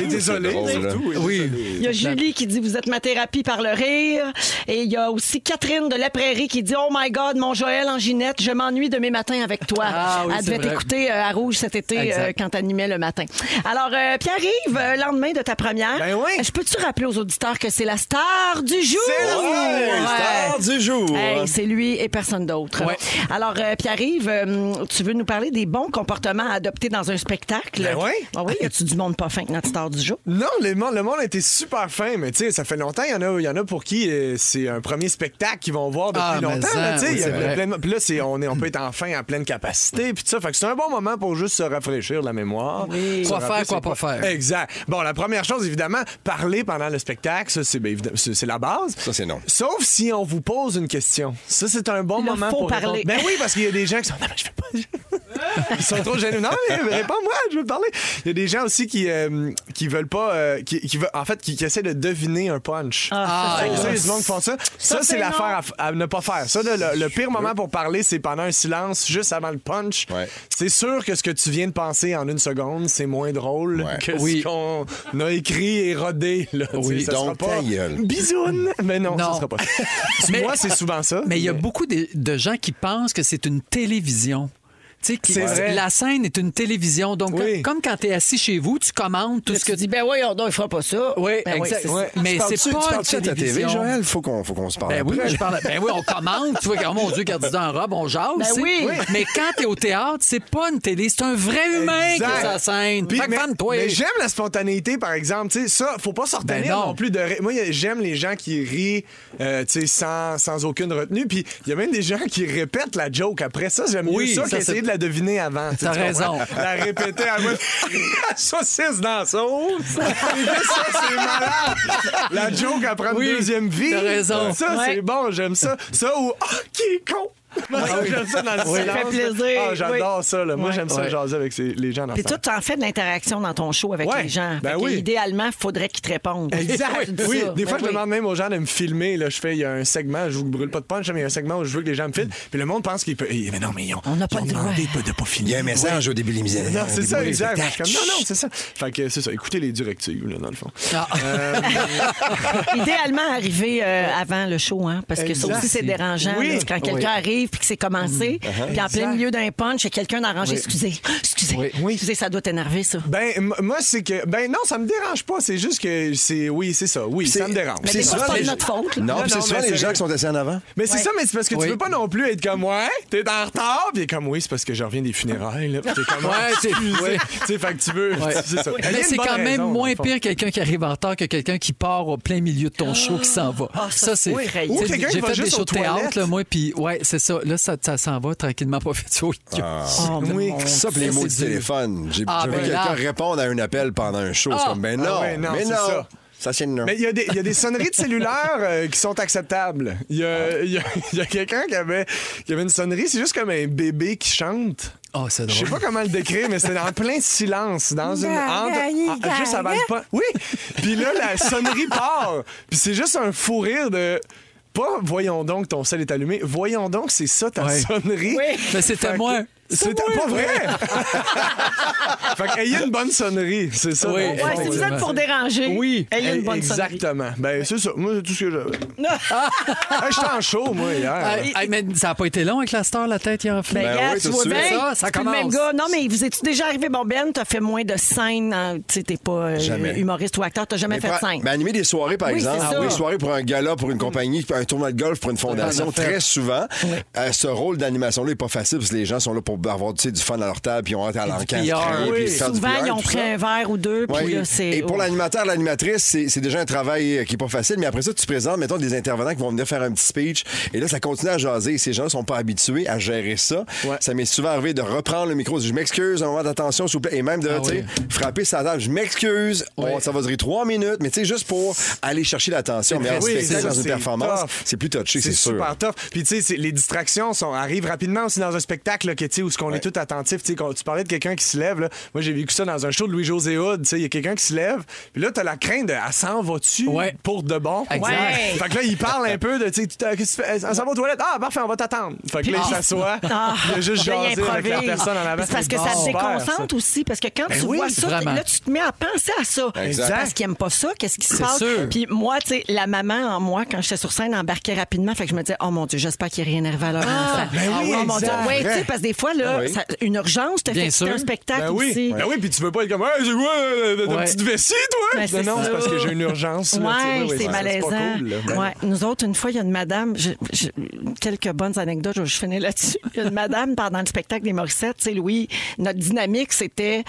E: Désolé,
C: C'est drôle, là.
E: surtout. oui.
B: Il y a Julie qui dit Vous êtes ma thérapie par le rire. Et il y a aussi Catherine de La Prairie qui dit Oh my God, mon Joël en ginette, je m'ennuie de mes matins avec toi.
F: Ah oui,
B: Elle
F: c'est
B: devait
F: vrai.
B: t'écouter euh, à Rouge cet été
F: Exact.
B: euh, quand t'animais le matin. Alors, euh, Pierre-Yves, euh, lendemain de ta première,
E: Ben oui.
B: je peux-tu rappeler aux auditeurs que c'est la star du jour?
E: C'est la
C: Hey, star du jour!
B: Hey, c'est lui et personne d'autre.
F: Ouais.
B: Alors, euh, Pierre-Yves, euh, tu veux nous parler des bons comportements à adopter dans un spectacle?
E: Ben ouais.
B: Ah oui, y a-tu du monde pas fin que notre star du jour?
E: Non, le monde, le monde était super fin, mais tu sais, ça fait longtemps. Il y, en a- il y en a pour qui euh, c'est un premier spectacle qu'ils vont voir depuis
F: Ah, mais
E: longtemps.
F: ça,
E: là, tu
F: oui,
E: sais, il y a
F: c'est vrai.
E: plein de- Puis là, c'est- on, est, on peut être enfin à pleine capacité. Puis tout ça, fait que c'est un bon moment pour juste se rafraîchir la mémoire. Se
F: Quoi
E: rappeler
F: faire, quoi
E: c'est
F: pas faire.
E: Exact. Bon, la première chose, évidemment, parler pendant le spectacle, ça, c'est, ben, évidemment, c'est c'est la base.
C: Ça, c'est non.
E: Sauf si on vous pose une question. Ça, c'est un bon
B: Là,
E: moment
B: faut
E: pour répondre.
B: parler.
E: Ben oui, parce qu'il y a des gens qui sont. Non, mais je fais pas. Ils sont trop gênés. Non, mais réponds-moi, je veux te parler. Il y a des gens aussi qui, euh, qui veulent pas. euh, qui, qui veulent- en fait, qui, qui essaient de deviner un punch.
B: Ah,
E: Fait que ça, il y a du monde qui font ça. Ça,
B: c'est
E: c'est
B: non.
E: l'affaire à, f- à ne pas faire. Ça, là, le, le pire moment pour parler, c'est pendant un silence, juste avant le punch.
C: Ouais.
E: C'est sûr que ce que tu viens de penser en une seconde, c'est moins drôle
C: Ouais.
E: que
F: Oui.
E: ce qu'on a écrit et rodé. Là.
C: Oui,
E: Tu sais, ça sera
C: donc,
E: pas
C: ta gueule.
E: Bisoune! Mais non, ça
F: Non.
E: sera pas ça.
F: *laughs* Mais-
E: Moi, c'est souvent ça.
F: Mais il y a beaucoup de, de gens qui pensent que c'est une télévision. Tu sais, qui-
E: C'est vrai.
F: la scène est une télévision. Donc,
E: Oui.
F: comme quand tu es assis chez vous, tu commandes tout ce que
G: Tu dis, ben oui, non, il fera pas ça.
F: Oui,
G: Ben
F: exact.
G: c'est ça.
E: Ouais.
F: Mais
C: Tu parles-tu-
F: c'est
C: Tu
F: pas
C: parles-tu à
F: une
C: ta
F: télévision.
C: TV, Joël? Faut qu'on faut qu'on se parle.
F: Ben oui,
C: après.
F: je parle. Ben oui, on commande. Tu vois, oh mon Dieu, quand tu es en robe, on jase. tu sais.
B: oui.
F: Mais quand t'es au théâtre, c'est pas une télé, c'est un vrai humain
E: Exact.
F: qui est sur la scène.
E: Puis,
F: Fait que
E: mais,
F: femme-toi.
E: mais j'aime la spontanéité, par exemple. Tu sais, ça, faut pas s'en
F: Ben
E: retenir
F: non.
E: non. plus de. ri- Moi, y a- j'aime les gens qui rient, euh, tu sais, sans, sans aucune retenue. Puis il y a même des gens qui répètent la joke après ça. J'aime
F: Oui,
E: mieux ça,
F: ça,
E: qu'essayer
F: c'est-
E: de la deviner avant. tu sais,
F: T'as
E: tu comprends?
F: raison.
E: La
F: *laughs*
E: répéter à moi. La saucisse dans la sauce. ça, c'est malade. La joke après une
F: Oui,
E: deuxième vie.
F: t'as raison.
E: Ça,
B: Ouais.
E: c'est bon, j'aime ça. Ça ou. Ah, qui est con. Moi, j'aime ça dans le
B: Ça
E: silence.
B: fait plaisir.
E: Ah, j'adore
B: Oui.
E: ça. là. Moi,
B: Ouais.
E: j'aime ça
B: Ouais.
E: jaser avec ces- les gens dans
B: Puis
E: la
B: toi,
E: salle.
B: tu en fais de l'interaction dans ton show avec
E: Ouais,
B: les gens.
E: ben
B: Fait que
E: oui.
B: Idéalement, il faudrait qu'ils te répondent.
E: Exact.
B: *laughs* Je dis
E: *laughs* Oui.
B: ça.
E: Des fois,
B: Ben
E: je
B: oui.
E: demande même aux gens de me filmer. Là, je fais, il y a un segment, je vous brûle pas de punch, mais il y a un segment où je veux que les gens me filment. Puis le monde pense qu'il peut. Eh, Mais non, mais ils ont,
B: On n'a pas
E: ils ont
B: le droit.
E: demandé de, de pas
C: Il
E: filmer.
C: y a un message au début de l'émission.
E: Non, c'est ça, exact. Je suis
C: exact.
E: comme, non, non, c'est ça. Fait que c'est ça. Écoutez les directives, là, dans le fond.
B: Ah.
F: Ah.
B: Idéalement, arriver euh, avant le show, hein, parce que ça
E: Exact.
B: aussi, c'est dérangeant.
E: Oui.
B: là, quand quelqu'un
E: Oui. Mhm. Uh-huh.
B: arrive puis que c'est commencé, puis en plein milieu d'un punch, il y a quelqu'un d'arranger. Excusez, excusez,
E: Oui.
B: excusez, ça doit t'énerver, ça.
E: Ben, m- moi, c'est que. Ben, non, ça me dérange pas. C'est juste que. c'est Oui, c'est ça. Oui, ça me dérange.
B: Mais
C: C'est
B: des fois,
C: souvent
B: c'est pas de
C: les-
B: notre faute. là.
C: Non,
E: Non,
C: puis
E: non,
C: c'est souvent
E: mais Ah,
C: les gens
E: sérieux.
C: qui sont assis en avant.
E: Mais c'est ça, mais c'est parce que
F: Oui.
E: tu veux pas non plus être comme ouais, t'es en retard, puis comme oui, c'est parce que je reviens des funérailles là, puis t'es comme
F: Ouais, c'est-
E: excusez.
F: ouais.
E: *laughs* tu sais, fait que tu veux,
F: Ouais.
E: *laughs* c'est ça. Il y a
F: Mais
E: une
F: c'est
E: bonne
F: quand même
E: raison, dans
F: moins
E: le fond.
F: pire quelqu'un qui arrive en retard que quelqu'un qui part au plein milieu de ton show qui s'en va.
B: Ah, ça,
F: ça, c'est.
B: oui.
F: Tu sais,
E: Ou quelqu'un qui
F: J'ai
E: va
F: fait des
E: juste
F: shows
E: aux
F: de théâtre,
E: toilettes.
F: là, moi, puis ouais, c'est ça. Là, ça, ça s'en va tranquillement, *laughs* pas fait. Oui.
B: Oh, mon
E: Oui.
B: Dieu.
C: Ah, Ça, puis les
F: Ça,
C: mots
F: c'est
C: du
F: dur.
C: téléphone. J'ai
F: Ah,
C: j'ai vu
F: ben
C: quelqu'un
F: là.
C: répondre à un appel pendant un show. C'est comme, ben non,
E: Ah ouais, non,
C: mais
E: c'est
C: non.
E: ça.
C: Ça, c'est une
E: Mais il y, a des- il y a des sonneries de cellulaire euh, qui sont acceptables. Il y a, il y a- *laughs* il y a quelqu'un qui avait, qui avait une sonnerie, c'est juste comme un bébé qui chante.
F: Oh, c'est
E: Je sais
F: drôle.
E: pas comment le décrire, mais c'était en plein silence, dans une entre, en- juste avant le pas. Oui. Puis là, la sonnerie part. Puis c'est juste un fou rire de pas voyons donc ton sel est allumé. Voyons donc c'est ça ta
F: Ouais.
E: sonnerie.
F: Mais c'était
E: Fait que-
F: moi.
E: C'était pas
B: *laughs*
E: vrai. fait que, ayez une bonne sonnerie, c'est ça.
F: Oui.
E: dans le fond,
B: Ouais, si vous
E: là.
B: êtes pour déranger,
E: Oui,
B: ayez une bonne sonnerie. *laughs*
E: exactement. Ben c'est ça. Moi, c'est tout ce que j'avais. Ah, J'étais en chaud, moi,
B: Ah,
E: hier.
F: Hey, hey, Ah, mais ça a pas été long avec la star, la tête, il a
B: Ben,
C: Ben
B: regarde,
C: oui,
B: tu
C: tout de
B: vois
C: suite.
B: bien,
F: Ça, ça
B: c'est plus le même
F: commence.
B: gars. Non, mais vous es-tu déjà arrivé, bon Ben, t'as fait moins de scènes, hein, tu sais, t'es pas euh,
C: Jamais.
B: humoriste ou acteur, t'as jamais
C: Mais Ben,
B: fait de
C: pra-
B: scènes.
C: mais animer des soirées, par
B: Oui,
C: exemple.
B: c'est ça.
C: Des soirées pour un gala, pour une compagnie, un tournoi de golf, pour une fondation, très souvent. Euh, ce rôle d'animation-là n'est pas facile parce que les gens sont là pour avoir tu sais, du fun à leur table, puis on hâte à leur
F: PR, oui.
C: faire du
B: Souvent,
C: PR,
B: ils ont
C: tout
B: pris
C: ça.
B: un verre ou deux, puis
C: Ouais.
B: là, c'est.
C: Et pour
B: oh.
C: l'animateur, l'animatrice, c'est c'est déjà un travail euh, qui n'est pas facile, mais après ça, tu présentes, mettons, des intervenants qui vont venir faire un petit speech, et là, ça continue à jaser. Ces gens ne sont pas habitués à gérer ça.
E: Ouais.
C: Ça m'est souvent arrivé de reprendre le micro, de dire, je m'excuse, un moment d'attention, s'il vous plaît, et même de
E: Ah
C: tu sais, frapper sa table, je m'excuse, On- ça va durer trois minutes, mais tu sais, juste pour aller chercher l'attention. Mais en
E: Ah Oui,
C: spectacle,
E: ça,
C: dans une
E: c'est
C: performance,
E: tough.
C: c'est plus touché, c'est sûr.
E: super tough. Puis tu sais, c'est- les distractions sont, arrivent rapidement aussi dans un spectacle là, que, tu sais, où ce qu'on est tout attentif. Tu sais, quand- tu parlais de quelqu'un qui se lève. là. Moi, j'ai vécu ça dans un show de Louis-José Hood. Tu sais, Il y a quelqu'un qui se lève. Puis là, t'as la crainte de « Elle s'en va-tu
F: Ouais.
E: pour de bon? »
F: Exact.
B: Ouais.
E: Fait que là, il parle un peu de tu sais, tu t'as- qu'est-ce que tu fais? « Elle s'en va aux toilettes? »« Ah, parfait, on va t'attendre. » Fait que là, il s'assoit.
B: Ah,
E: Il a juste
B: j'ai
E: jasé avec la
B: improvise.
E: personne en avant.
B: C'est parce que ça te
E: Super, Ben
B: déconcentre aussi, parce que quand tu
F: oui,
B: vois ça,
F: vraiment.
B: là, tu te mets à penser à ça.
C: Exact.
B: Parce qu'ils aiment pas ça, qu'est-ce qui se
F: C'est
B: passe?
F: sûr.
B: Puis moi, tu sais, la maman en moi, quand j'étais sur scène, embarquait rapidement, fait que je me disais, oh mon Dieu, j'espère qu'il n'y a rien énervé à leur enfant.
E: ben oui,
B: oh mon Dieu.
E: exact.
B: Ouais, tu sais, parce que des fois, là,
C: Ah oui.
B: ça- une urgence te
F: Bien
B: fait quitter
F: sûr.
B: un spectacle
E: Ben
B: aussi.
E: oui. Ben oui, puis tu veux pas être comme, hey, c'est quoi, euh, ta
F: Ouais.
E: petite vessie, toi?
B: Ben, c'est
E: non, non,
B: ça.
E: c'est parce que j'ai une urgence. là, tu sais,
B: Ouais,
E: oui, oui,
B: c'est
E: ça,
B: malaisant.
E: pas cool, là. Ben,
B: ouais. Nous autres, une fois, il y a une madame, je- je- quelques bonnes anecdotes, je, je finis là-dessus. Il y a une madame *laughs* pendant le spectacle des Morissettes, tu sais, Louis, notre dynamique, c'était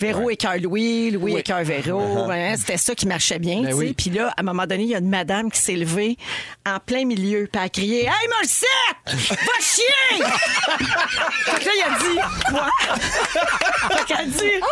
B: Véro et cœur Louis, Louis et cœur
E: Ah,
B: Véro. hein, c'était ça qui marchait bien,
E: Ben
B: tu sais.
F: oui.
B: Puis là, à un moment donné, il y a une madame qui s'est levée en plein milieu, puis elle a crié Hey, Morissette, va chier! *laughs* fait que là, il a dit Quoi? fait qu'elle a dit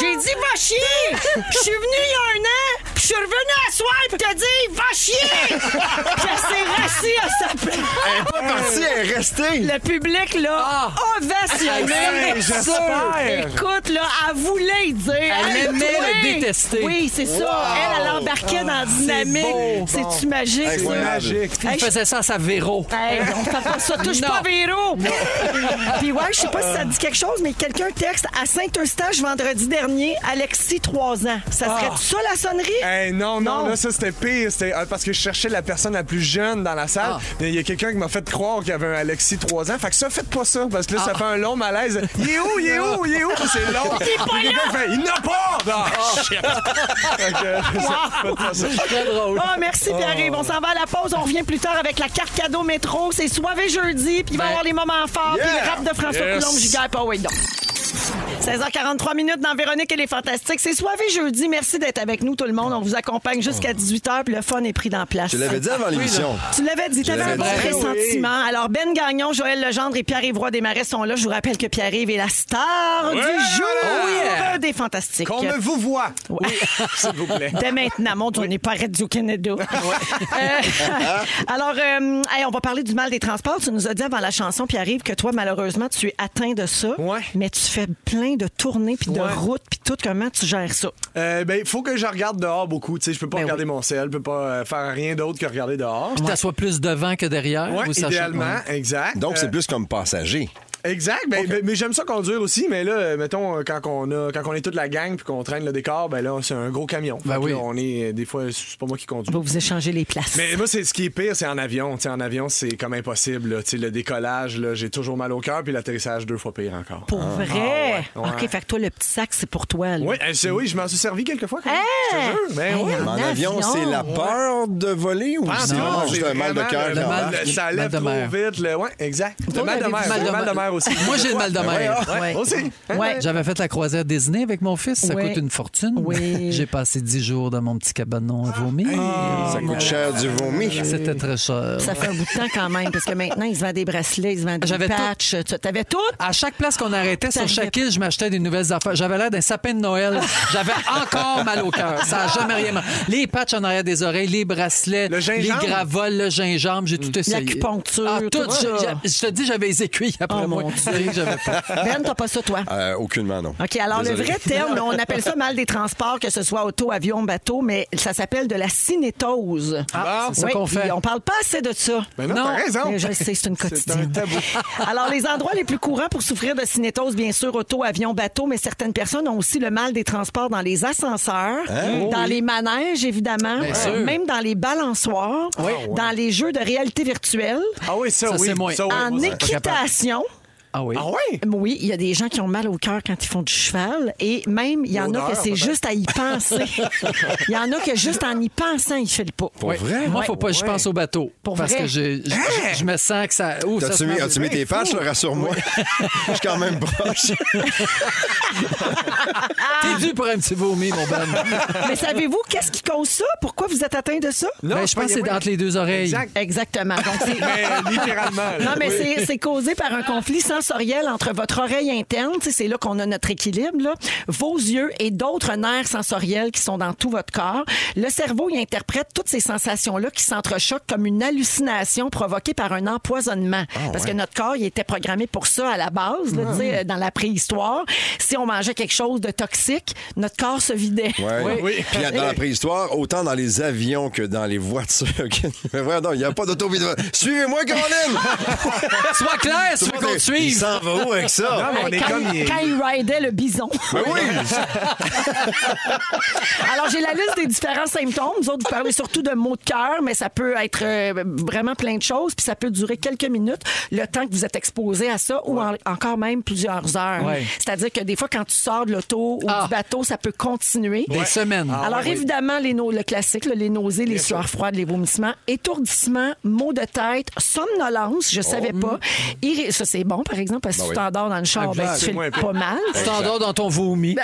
B: J'ai dit va chier! Je suis venue il y a un an, puis je suis revenue à soir, puis t'as dit va chier! puis elle s'est rassise à sa place.
F: Eh
C: Elle est pas partie, elle est restée.
B: Le public,
F: Ah.
B: là,
F: Eh
B: ovationné.
E: Hey, j'espère.
B: Écoute, là, elle voulait dire. Elle
F: aimait
B: oui.
F: le détester. Ah,
B: Oui, c'est ça. Elle, elle embarquait dans la dynamique. C'est-tu magique, ça?
E: C'est
C: Incroyable.
E: magique.
F: Il
B: Hey, je-
F: faisait ça à sa Véro.
B: Hey, on fait pas ça, touche
F: Non.
B: pas Véro! *laughs* Puis ouais, je sais pas si ça dit quelque chose, mais quelqu'un texte à Saint-Eustache vendredi dernier, Alexis, 3 ans. Ça serait ça la sonnerie?
E: Hey, non, non,
B: Non.
E: là, ça, c'était pire. C'était euh, parce que je cherchais la personne la plus jeune dans la salle.
B: Ah.
E: Mais il y a quelqu'un qui m'a fait croire qu'il y avait un Alexis 3 ans. Fait que ça, faites pas ça, parce que là, ça
B: Ah.
E: fait un long malaise. Il est où, il est où, il est où? C'est long. Puis quelqu'un fait, il n'a pas! Ah, shit. Fait que, euh, faites pas ça.
F: Très drôle.
B: Ah, merci Pierre-Yves. On s'en va à la pause. On revient plus tard avec la carte cadeau métro. C'est soirée jeudi, puis oh, il va y avoir les moments forts, puis le rap de François
E: Yes.
B: Coulombe, Giguère, pas ouais, donc. 16h43 minutes dans Véronique et les Fantastiques. C'est soirée jeudi. Merci d'être avec nous, tout le monde. On vous accompagne jusqu'à 18h, puis le fun est pris dans place.
C: Je l'avais dit avant l'émission.
B: Tu l'avais dit,
C: Je
B: t'avais un
C: l'avais
B: bon
C: dit.
B: pressentiment. Alors, Ben Gagnon, Joël Legendre et Pierre-Yves Roy Desmarais sont là. Je vous rappelle que Pierre-Yves est la star du jour
E: Oh
B: euh, des Fantastiques.
H: Qu'on me vous voit.
E: S'il vous plaît.
B: *laughs* Dès maintenant, mon Dieu, on n'est pas
E: *laughs*
B: Radio-Canada. Euh, *laughs* alors, euh, hey, on va parler du mal des transports. Tu nous as dit avant la chanson, Pierre-Yves, que toi, malheureusement, tu es atteint de ça.
E: Ouais.
B: Mais tu fais plein de tournées, puis de
E: Ouais.
B: routes, puis tout. Comment tu gères ça?
E: Euh, ben, il faut que je regarde dehors beaucoup. Tu sais, je peux pas
B: Ben
E: regarder mon sel, je peux pas euh, faire rien d'autre que regarder dehors.
F: Tu t'assois plus devant que derrière.
E: Ouais,
F: ou ça change-
E: idéalement,
F: ouais.
E: exact.
C: Donc,
E: Euh,
C: c'est plus comme passager.
E: Exact, ben, ben, mais j'aime ça conduire aussi, mais là, euh, mettons, euh, quand on, a, quand on est toute la gang puis qu'on traîne le décor, ben là, c'est un gros camion. Fait
F: Ben
E: que
F: oui.
E: là, on est, euh, des fois, c'est pas moi qui conduis.
B: Vous vous échangez les places.
E: Mais moi, c'est ce qui est pire, c'est en avion. Tu sais, en avion, c'est comme impossible. là. Tu sais, le décollage, là, j'ai toujours mal au cœur, puis l'atterrissage deux fois pire encore.
B: Pour vrai?
E: Ah ouais, ouais.
B: OK, fait que toi, le petit sac, c'est pour toi. là.
E: Oui, euh, c'est- oui, je m'en suis servi quelquefois. Quand même,
B: Hey!
E: Je te jure. Ben
B: Hein? Hey,
E: oui.
B: en
C: Mais en avion,
B: avion,
C: c'est la
B: ouais.
C: peur de voler ou
E: Ah,
C: c'est
E: non,
C: vraiment
E: c'est
C: juste un mal de
E: vraiment
C: cœur?
E: le-
C: qui
E: le-
C: embarque?
F: mal-
E: le- Ça
F: Mal
E: lève
F: de
E: trop
F: mer.
E: vite. Le, ouais, exact. Le
F: Toi,
E: mal de
F: t'avais
E: mer.
F: du mal
E: j'ai
F: de
E: le mal de
F: mer.
E: mer aussi.
F: Moi, j'ai le mal de
E: Ouais,
F: mer.
E: ouais,
B: Ouais.
E: Aussi.
B: Ouais.
F: J'avais fait la croisière Disney avec mon fils. Ça
B: Ouais.
F: coûte une fortune.
B: Oui.
F: J'ai passé 10 jours dans mon petit cabanon à vomir.
C: Ça coûte cher du vomi.
F: C'était très cher.
B: Ça fait un bout de temps quand même, parce que maintenant, ils se vendent des bracelets, ils se vendent des
F: J'avais
B: patchs. Tu T'avais tout?
F: À chaque place qu'on arrêtait sur
B: T'arrivais
F: chaque île, je m'achetais des nouvelles affaires. J'avais l'air d'un sapin de
B: *laughs*
F: Noël. J'avais encore mal au cœur. Ça n'a jamais rien. mar- Les patchs en arrière des oreilles, les bracelets,
E: Le gingembre.
F: les gravoles, le gingembre, j'ai tout essayé.
B: L'acupuncture,
F: Ah, tout.
B: tout ça.
F: Je- je- je te dis, j'avais les écuilles après
B: Oh,
F: moi.
B: mon
F: Rien que j'avais pas.
B: Ben, t'as pas ça, toi?
C: Euh, aucunement, non.
B: OK, alors
C: Désolé.
B: le vrai terme, on appelle ça mal des transports, que ce soit auto, avion, bateau, mais ça s'appelle de la cinétose.
F: Ah, c'est ça
B: Oui,
F: qu'on fait.
B: et on parle pas assez de ça.
E: Ben non,
F: Non.
E: t'as raison.
B: Mais je le sais, c'est une
E: *laughs* C'est un
B: quotidienne.
E: tabou.
B: *laughs* Alors, les endroits les plus courants pour souffrir de cinétose, bien sûr, auto, avion, bateau, mais certaines personnes ont aussi le mal des transports dans les ascenseurs,
E: Hein? Oh
B: dans les manèges, évidemment, euh,
F: Bien sûr.
B: même dans les balançoires, dans les jeux de réalité virtuelle,
E: Ah oui, ça,
F: Ça,
E: oui.
F: c'est moins.
E: Ça, oui,
B: en
E: moi, ça.
B: équitation.
F: Ah oui.
E: Ah oui?
B: Oui, il y a des gens qui ont mal au cœur quand ils font du cheval et même il y en a
E: L'odeur,
B: que c'est
E: peut-être.
B: juste à y
E: *laughs*
B: penser. Il y en a que juste en y pensant, ils filent pas.
F: Ouais. Moi, faut pas que je pense au bateau.
B: Pour
F: parce
B: vrai.
F: que je, je- je me sens que ça. Ouh, ça
C: T'as-tu
F: se
C: mis,
F: mange-
C: as-tu mis tes patchs, là, rassure-moi? *laughs* Je suis quand même
B: *laughs*
C: proche.
F: T'es dû pour un petit vomi, mon ben.
B: Mais savez-vous qu'est-ce qui cause ça Pourquoi vous êtes atteint de ça
E: Non,
F: Ben, je pense que c'est
E: oui.
F: entre les deux oreilles.
E: Exact.
B: Exactement. Donc, c'est-
E: Mais euh, littéralement. là.
B: Non, mais
E: Oui.
B: c'est- c'est causé par un conflit sensoriel entre votre oreille interne, tu sais, c'est là qu'on a notre équilibre, là, vos yeux et d'autres nerfs sensoriels qui sont dans tout votre corps. Le cerveau y interprète toutes ces sensations-là qui s'entrechoquent comme une hallucination provoquée par un empoisonnement.
E: Ah,
B: Parce que notre corps, il était programmé pour ça à la base, là, tu sais, dans la préhistoire. Si on mangeait quelque chose de toxique, notre corps se vidait.
C: Ouais.
E: Oui.
C: Puis dans la préhistoire, autant dans les avions que dans les voitures. *laughs* Mais vraiment, non, il n'y a pas d'auto.
B: *laughs*
C: Suivez-moi, Caroline!
F: Sois clair, si tu veux qu'on te
C: Il
F: suive.
C: s'en va où avec ça?
E: Ah, mais on est
B: quand,
E: comme. il est-
B: quand il ridait le bison.
C: Ben oui!
B: *laughs* Alors, j'ai la liste des différents symptômes. Vous autres, vous parlez surtout de maux de cœur, mais ça peut être euh, vraiment plein de choses, puis ça peut durer quelques minutes, le temps que vous êtes exposé à ça, ou en- encore même plusieurs heures.
F: Ouais.
B: C'est-à-dire que des fois, quand tu sors de l'auto ou
F: Ah.
B: du bateau, ça peut continuer.
F: Des semaines.
B: Alors, évidemment, les nau- le classique, là, les nausées, les sueurs froides, les vomissements, étourdissements, maux de tête, somnolence, je savais
F: Oh.
B: pas. Irri- ça, c'est bon, par exemple, parce que si tu t'endors dans le char, ben, tu
E: C'est
B: fais
E: moins pire.
B: pas
F: *laughs*
B: mal.
F: Tu t'endors dans ton vomi.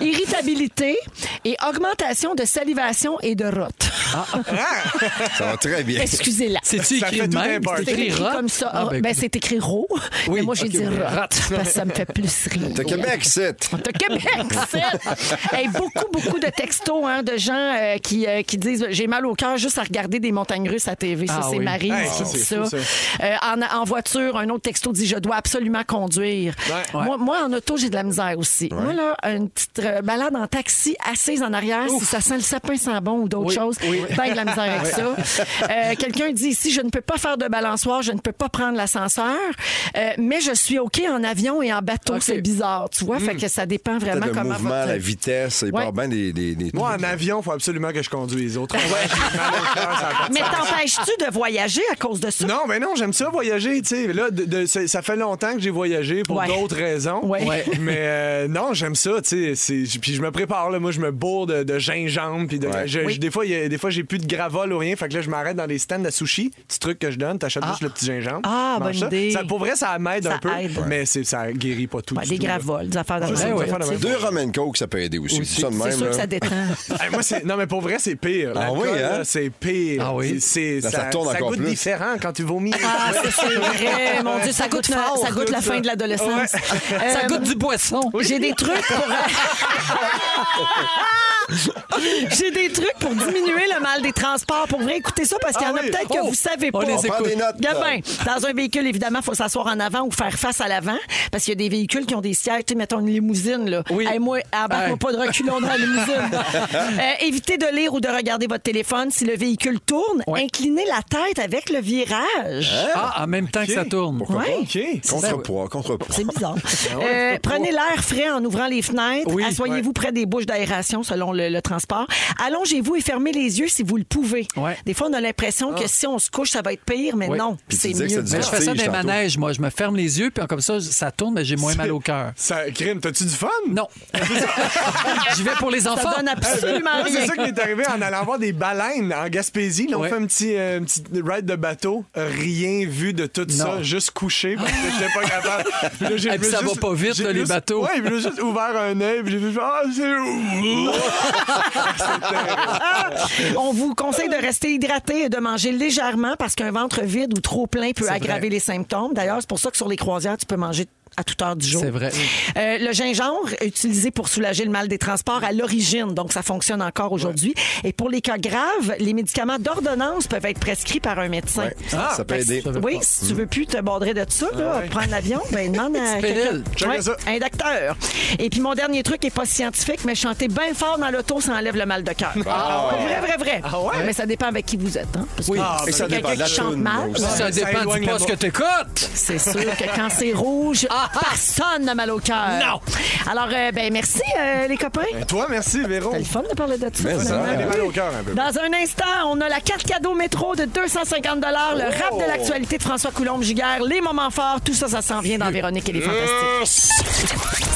B: Irritabilité et augmentation de salivation et de
F: *laughs*
B: rote.
C: Ça va très bien.
B: Excusez-la.
F: C'est-tu
E: Ça
F: écrit
E: fait
F: de
E: tout
F: même?
E: un
F: C'est
B: C'est
F: écrit
B: écrit
F: rot?
B: comme ça.
F: Ah,
B: ben,
F: ben,
B: c'est écrit ro.
F: Oui,
B: mais moi, j'ai
F: ok,
B: dit
F: oui.
B: rot parce que ça me fait plus rire.
C: T'as Québec, c'est.
B: T'as Québec, c'est. Hey, beaucoup, beaucoup de textos hein, de gens euh, qui, euh, qui disent J'ai mal au cœur juste à regarder des montagnes russes à TV. Ça,
F: Ah
B: c'est
F: oui.
B: Marie.
E: Hey,
B: qui
E: ça,
B: dit
E: c'est fou, ça.
B: Euh, en, en voiture, un autre texto dit Je dois absolument conduire.
E: Ouais.
B: Moi, moi, en auto, j'ai de la misère aussi. Moi, là, une petite euh, balade en taxi assise en arrière, si ça sent le sapin sans bon ou d'autres
F: Oui,
B: choses, ben de la misère avec ça. Euh, Quelqu'un dit ici Je ne peux pas faire de balançoire, je ne peux pas prendre l'ascenseur, euh, mais je suis OK en avion et en bateau.
F: Ok. Hmm.
B: C'est bizarre, tu vois. Fait que ça dépend
C: T'as
B: vraiment
C: le
B: comment.
C: mouvement,
B: votre-
C: la vitesse, il
B: Ouais.
C: part bien des. des, des
E: Moi, en
C: trucs.
E: avion, il faut absolument que je conduise. Autrement, j'ai mal au cœur, ça a pas de
B: Ah, Mais
E: sens.
B: t'empêches-tu de voyager à cause de ça?
E: Non, mais non, j'aime ça voyager. voyager, tu sais. Là, de- de- ça ça fait longtemps que j'ai voyagé pour
B: Ouais.
E: d'autres raisons.
B: Ouais. Ouais.
E: Mais euh, non, j'aime ça, tu sais. c'est- Puis je me prépare, là. Moi, je me bourre de, de gingembre. Puis de- je- je- des fois, il y a- des fois, j'ai plus de gravol ou rien. Fait que là, je m'arrête dans les stands de sushi. Petit truc que je donne. T'achètes juste le petit gingembre.
B: Ah,
E: Mange
B: bonne
E: ça.
B: idée.
E: Ça, pour vrai, ça m'aide
B: Ça
E: un peu.
B: aide.
E: Mais c'est- ça guérit pas tout.
B: Ouais,
E: du
B: des
E: tout, là.
B: gravoles, des affaires
E: Ça, c'est
B: d'argent.
E: des affaires de même.
C: Deux Roman Coke, ça peut aider aussi. Ça de même,
B: C'est sûr que
C: là.
B: ça détend.
E: Hey, moi, c'est- non, mais pour vrai, c'est pire.
C: Ah
E: L'alcool,
C: oui, hein?
E: là, C'est pire.
F: Ah oui?
E: C'est- c'est-
C: Là, ça tourne encore
E: goûte
C: plus.
E: différent quand tu vomis.
B: Ah, ça, c'est vrai. Mon Dieu, ça goûte, la-
E: fort,
B: ça goûte la
E: goûte,
B: fin
E: là.
B: de l'adolescence.
F: Ça
B: Euh,
F: goûte du boisson.
B: J'ai des trucs
F: *laughs*
B: pour. J'ai des trucs pour diminuer le mal des transports. Pour vrai, écoutez ça parce qu'il y en
E: Ah
B: a
E: oui.
B: peut-être que
F: Oh,
B: vous savez
F: on
B: pas.
F: les
C: On prend des notes.
B: Gabin, dans un véhicule, évidemment, il faut s'asseoir en avant ou faire face à l'avant parce qu'il y a des véhicules qui ont des sièges. Tu sais, mettons une limousine, là.
F: Oui.
B: Hey, moi, abatte-moi
F: Hey.
B: pas de reculons dans
F: *laughs*
B: la limousine. Euh, évitez de lire ou de regarder votre téléphone. Si le véhicule tourne,
F: Ouais.
B: inclinez la tête avec le virage.
F: Ah, en même temps que ça tourne.
C: Pourquoi
B: Ouais.
E: *laughs* OK.
C: Contrepoids, contrepoids.
B: C'est bizarre. Euh, prenez l'air frais en ouvrant les fenêtres.
F: Oui,
B: Assoyez-vous près des bouches d'aération selon le, le transport. Allongez-vous et fermez les yeux si vous le pouvez.
F: Ouais.
B: Des fois, on a l'impression que si on se couche, ça va être pire, mais
F: Ouais.
B: non,
C: Puis tu
B: c'est
C: disais
B: mieux.
C: que c'était du
F: Mais Ben, je fais ça dans les
C: vertige tantôt.
F: manèges, moi. Je me ferme les yeux, puis comme ça, ça tourne, mais j'ai moins mal au cœur.
E: *laughs* Ça, crime, t'as-tu du fun?
B: *laughs*
F: Non. J'y vais pour les
B: Ça
F: enfants.
B: donne absolument
E: Moi,
B: rien.
E: *laughs* c'est ça qui m'est arrivé en allant voir des baleines en Gaspésie. Là, on
F: Ouais.
E: fait un petit, euh, un petit ride de bateau. Rien vu de tout ça. Juste couché parce que j'étais pas capable. Puis là, j'ai
F: Et puis ça
E: juste-
F: va pas vite,
E: j'ai
F: là, les
E: juste-
F: bateaux.
E: Ouais, puis là, j'ai juste ouvert un œil. Puis j'ai fait Ah, c'est où?
B: Ah! *laughs* On vous conseille de rester hydraté et de manger légèrement parce qu'un ventre vide ou trop plein peut aggraver les symptômes. D'ailleurs, c'est pour ça que sur les croisières, tu peux manger à toute heure du jour.
F: C'est vrai.
B: Euh, le gingembre, utilisé pour soulager le mal des transports à l'origine, donc ça fonctionne encore aujourd'hui. Et pour les cas graves, les médicaments d'ordonnance peuvent être prescrits par un médecin.
C: Ouais, ça- ça peut
B: Fait que
C: aider.
B: si- Oui, si tu veux plus te border de ça, là, prendre l'avion, ben demande à
F: Ah, Petite
B: quelqu'un.
F: pilule.
E: Check ça.
B: un docteur. Et puis mon dernier truc est pas scientifique, mais chanter bien fort dans l'auto, ça enlève le mal de cœur.
C: Ah
B: Vrai, vrai, vrai. Mais ça dépend avec qui vous êtes. Hein? Parce que
F: Oui.
E: Ah,
C: Et ça
B: quelqu'un
C: dépend de la
B: qui chante
C: toune,
B: mal,
C: aussi.
F: Ça
E: Ça
F: dépend
E: éloigne
F: du
E: le
F: poste
E: bon.
F: que t'écoutes.
B: C'est sûr que quand
C: *laughs*
B: c'est rouge,
C: Ah,
B: personne n'a mal au cœur.
F: Non.
B: Alors, euh, ben merci, euh, les copains.
E: Et Toi, merci, Véro.
B: T'as le fun de parler de ça.
C: Mais ça,
B: finalement.
E: J'ai des mal au cœur un peu.
B: Dans un instant, on a la carte cadeau métro de 250 le rap
C: Oh!
B: de l'actualité de François Coulombe-Giguère, les moments forts, tout ça, ça s'en vient
C: Mmh.
B: dans Véronique et les Fantastiques.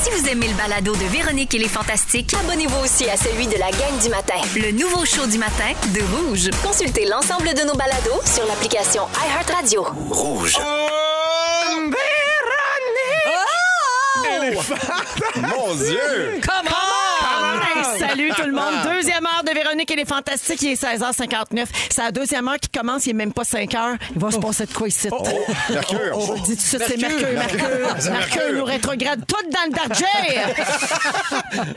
I: Si vous aimez le balado de Véronique et les Fantastiques,
J: Abonnez-vous aussi à celui de la gang du matin.
I: le nouveau show du matin de Rouge.
J: Consultez l'ensemble de nos balados sur l'application iHeartRadio.
D: Rouge.
B: *laughs*
C: Mon Dieu!
B: Hey, salut tout le monde. Deuxième heure de Véronique et les Fantastiques. Il est 16h59. C'est la deuxième heure qui commence. Il n'est même pas 5h. Il va se passer de quoi ici?
C: Oh, Mercure!
B: Je le dis tout de suite, c'est Mercure. Mercure, Mercure nous rétrograde tout dans le Darjer.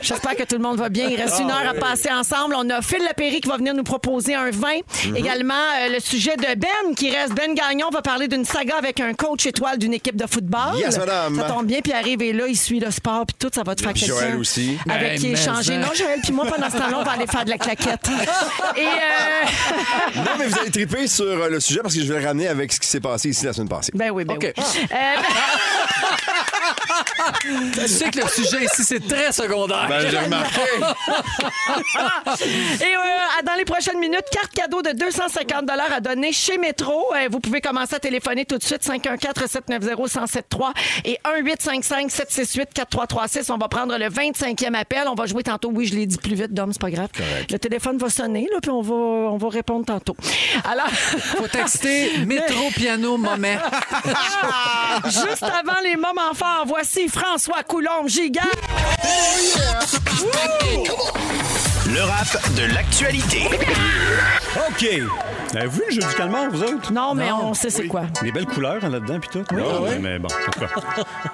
B: *laughs* J'espère que tout le monde va bien. Il reste une heure à passer ensemble. On a Phil Lapéry qui va venir nous proposer un vin. Également, euh, le sujet de Ben qui reste. Ben Gagnon va parler d'une saga avec un coach étoile d'une équipe de football.
C: Yes, madame.
B: Ça tombe bien. Puis arrive et là, il suit le sport. Puis tout, ça va te faire
C: Puis
B: quelqu'un.
C: Joël aussi.
B: Avec
F: Ben,
B: qui
F: mais
B: échanger.
F: ça.
B: Non, Joël, puis moi, pendant ce temps-là, on va aller faire de
F: *laughs*
B: la claquette. Et euh, *laughs*
C: Non, mais vous allez triper sur euh, le sujet parce que je vais le ramener avec ce qui s'est passé ici la semaine passée.
B: Ben oui, ben
F: OK.
B: oui. Euh,
F: Je sais que le sujet ici, c'est très secondaire.
C: Ben, j'ai remarqué.
B: Et euh, dans les prochaines minutes, carte cadeau de 250 à donner chez Métro. Euh, vous pouvez commencer à téléphoner tout de suite 514-790-1073 et 1855-768-4336. On va prendre le 25e appel. On va jouer tantôt. Oui, je l'ai dit plus vite, Dom, c'est pas grave. Le téléphone va sonner, là, puis on va, on va répondre tantôt. Alors. *laughs*
F: Faut texter métro piano moment.
B: Ah! Juste avant les moments forts, voici François Coulombe, giga.
D: Le rap de l'actualité.
H: OK. Avez-vous vu le jeu du calmar, vous autres?
B: Non, mais on sait c'est quoi.
H: Les belles couleurs hein, là-dedans, puis tout. Ah, Mais bon, pourquoi?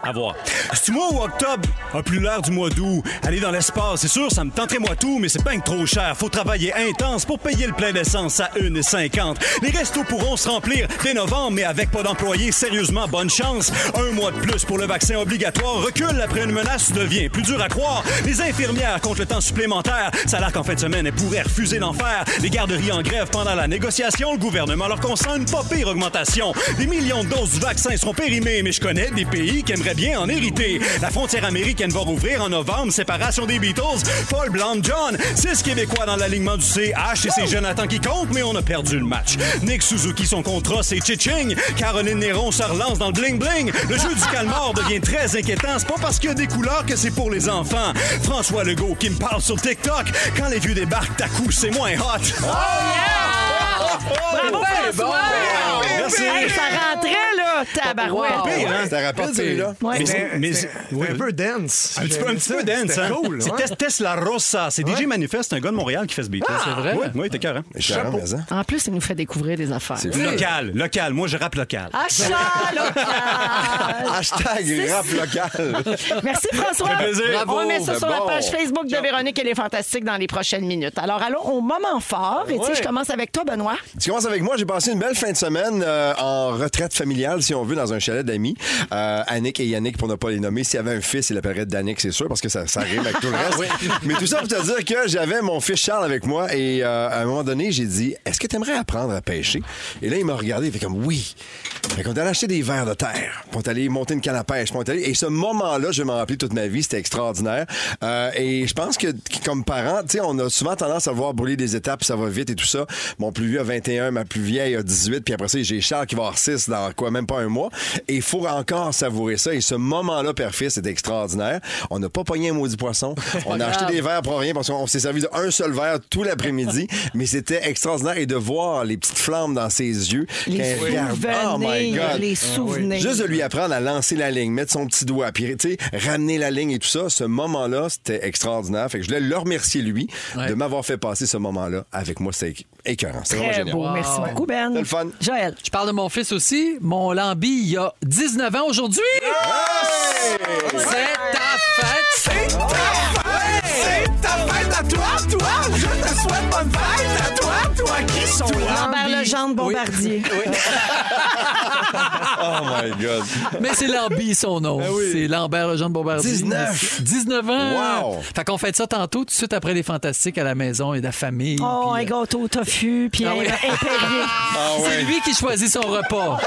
H: à *laughs* voir. C'est mois ou octobre a plus l'air du mois d'août. Aller dans l'espace, c'est sûr, ça me tenterait moi tout, mais c'est pas trop cher. Faut travailler intense pour payer le plein d'essence à 1,50. Les restos pourront se remplir dès novembre, mais avec pas d'employés, sérieusement, bonne chance. Un mois de plus pour le vaccin obligatoire. Recul après une menace devient plus dur à croire. Les infirmières contre le temps supplémentaire. Ça a l'air qu'en fin de semaine, elles pourraient refuser d'en faire. Les garderies en grève pendant la négociation. l'application, le gouvernement leur consent une pas pire augmentation. Des millions de doses du vaccin seront périmées, mais je connais des pays qui aimeraient bien en hériter. La frontière américaine va rouvrir en novembre, séparation des Beatles, Paul Blanc, John, six Québécois dans l'alignement du CH et c'est Jonathan qui compte, mais on a perdu le match. Nick Suzuki, son contrat, c'est Chiching. Caroline Néron se relance dans le bling-bling. Le jeu du calmar devient très inquiétant. C'est pas parce qu'il y a des couleurs que c'est pour les enfants. François Legault qui me parle sur TikTok. Quand les vieux débarquent, à coup, c'est moins hot.
B: Bravo,
H: Ben
B: François!
H: bon, ben bon. Merci.
B: Hey, ça rentrait, là, tabarouette.
C: Pas pire, hein? C'était rapide, celui-là.
B: Ouais.
H: Mais,
E: C'était-
H: c'est- mais
E: c'était-
H: c'est-
E: c'était un peu dense.
H: Un petit peu, Ah, un petit peu dense, hein?
E: C'était cool.
H: C'est
E: ouais.
H: Tes- Tesla Rossa. C'est DJ Manifest, un gars de Montréal qui fait ce beat.
F: Ah, c'est vrai?
H: Oui, oui, t'es cœur, hein?
C: Chapeau.
B: En plus, il nous fait découvrir des affaires. Ah,
H: Local, local. Moi, je rappe local.
B: Achat
C: Ah,
B: local!
C: Hashtag rap *laughs* local.
B: Merci François.
H: Ça fait plaisir.
B: On met ça
C: Bravo.
B: sur la
C: Bon.
B: page Facebook de Véronique et les Fantastiques dans les prochaines minutes. Alors allons au moment fort. Et tu sais, je commence avec toi, Benoît.
C: Tu commences avec moi. J'ai passé une belle fin de semaine euh, en retraite familiale, si on veut, dans un chalet d'amis. Euh, Annick et Yannick, pour ne pas les nommer. S'il y avait un fils, il l'appellerait Danick, c'est sûr, parce que ça, ça rime avec tout le reste. Mais tout ça pour te dire que j'avais mon fils Charles avec moi et euh, à un moment donné, j'ai dit Est-ce que tu aimerais apprendre à pêcher Et là, il m'a regardé, il fait comme Oui. Fait qu'on est allé acheter des verres de terre. Puis On est allé monter une canne à pêche. Puis on est allé- Et ce moment-là, je vais m'en rappeler toute ma vie. C'était extraordinaire. Euh, et je pense que, que comme parents, tu sais, on a souvent tendance à voir brûler des étapes, puis ça va vite et tout ça. Mon plus vieux a 21, ma plus vieille a 18, puis après ça, j'ai Charles qui va avoir 6 dans quoi, même pas un mois. Et il faut encore savourer ça. Et ce moment-là, père-fils, c'est extraordinaire. On n'a pas pogné un maudit poisson.
B: *laughs*
C: On a acheté des verres pour rien parce qu'on s'est servi d'un seul verre tout l'après-midi. mais c'était extraordinaire. Et de voir les petites flammes dans ses yeux.
B: Les
C: quand il regarde. Oh my
B: souvenirs.
C: God.
B: les souvenirs.
C: Juste de lui apprendre à lancer la ligne, mettre son petit doigt, puis tu sais, ramener la ligne et tout ça, ce moment-là, c'était extraordinaire. Fait que je voulais le remercier, lui, de m'avoir fait passer ce moment-là avec moi. C'était écœurant. C'était vraiment
B: Très
C: génial.
B: beau. Merci beaucoup, Ben.
C: C'était le fun.
B: Joël.
F: Je parle de mon fils aussi. Mon Lambi, il a 19 ans aujourd'hui. C'est ta fête.
E: C'est ta fête à toi, toi. Je te souhaite bonne fête à toi, toi qui sont là.
B: Lambert Legendre Bombardier.
C: Oh my God.
F: Mais c'est Lambi son nom. C'est Lambert Legendre Bombardier.
C: 19.
F: 19 ans.
C: Wow.
F: Fait qu'on fait ça tantôt, tout de suite après les fantastiques à la maison et la famille.
B: Oh,
F: puis,
B: un
F: euh,
B: gâteau au tofu, puis
F: Ah
B: un
F: oui.
B: impérié.
C: Ah
F: C'est lui qui choisit son repas.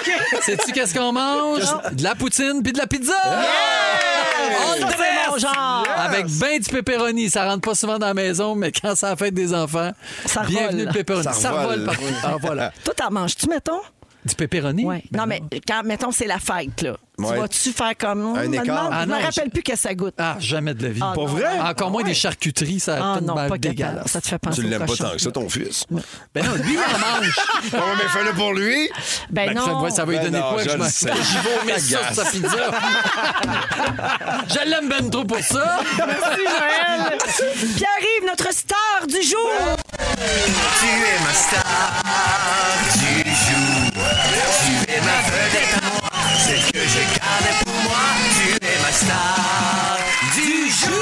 F: Sais-tu qu'est-ce qu'on mange? De la poutine puis de la pizza! On le
B: Oh, Ça, c'est mon
F: dresse!
B: genre.
F: Avec ben du pepperoni. Ça rentre pas souvent dans la maison, mais quand ça fait des enfants,
B: Ça revole.
F: bienvenue le pepperoni.
C: Ça
F: Ça
C: revole.
F: revole
C: *laughs*
F: partout. Ah, voilà.
B: Toi, t'en manges-tu, mettons?
F: Du pepperoni?
B: Ouais. non, mais quand, mettons, c'est la fête, là.
C: Ouais.
B: Tu vas-tu faire comme. Hum,
C: Un
B: je me
C: écart.
B: demande-
F: Ah
B: je me
F: non,
B: rappelle
F: je-
B: plus que ça goûte.
F: Ah, jamais de la vie.
B: Ah, Pour non. vrai?
F: Encore moins des charcuteries, ça
B: Ah
F: a tout
B: non,
F: mal
B: pas capable.
F: dégueulasse.
B: Ça te fait penser
C: Tu
B: au
C: l'aimes pas
B: cochon.
C: tant que ça, ton fils. Ouais,
F: Ben non, lui, il en mange.
C: mais fais-le pour lui.
B: Ben
F: Ça
B: *laughs* non.
F: va, ça va lui
C: Ben
F: donner
C: non,
F: quoi?
C: je
F: que
C: le
F: m'en-
C: sais.
F: J'y vais au mets ça sur sa pizza. Je l'aime ben trop pour ça.
B: Merci, Joël. Puis arrive notre star du jour.
C: Ah.
D: Tu es ma star du jour. Tu es ma vedette à moi. Celle que je gardais pour moi. Tu es ma star du jour.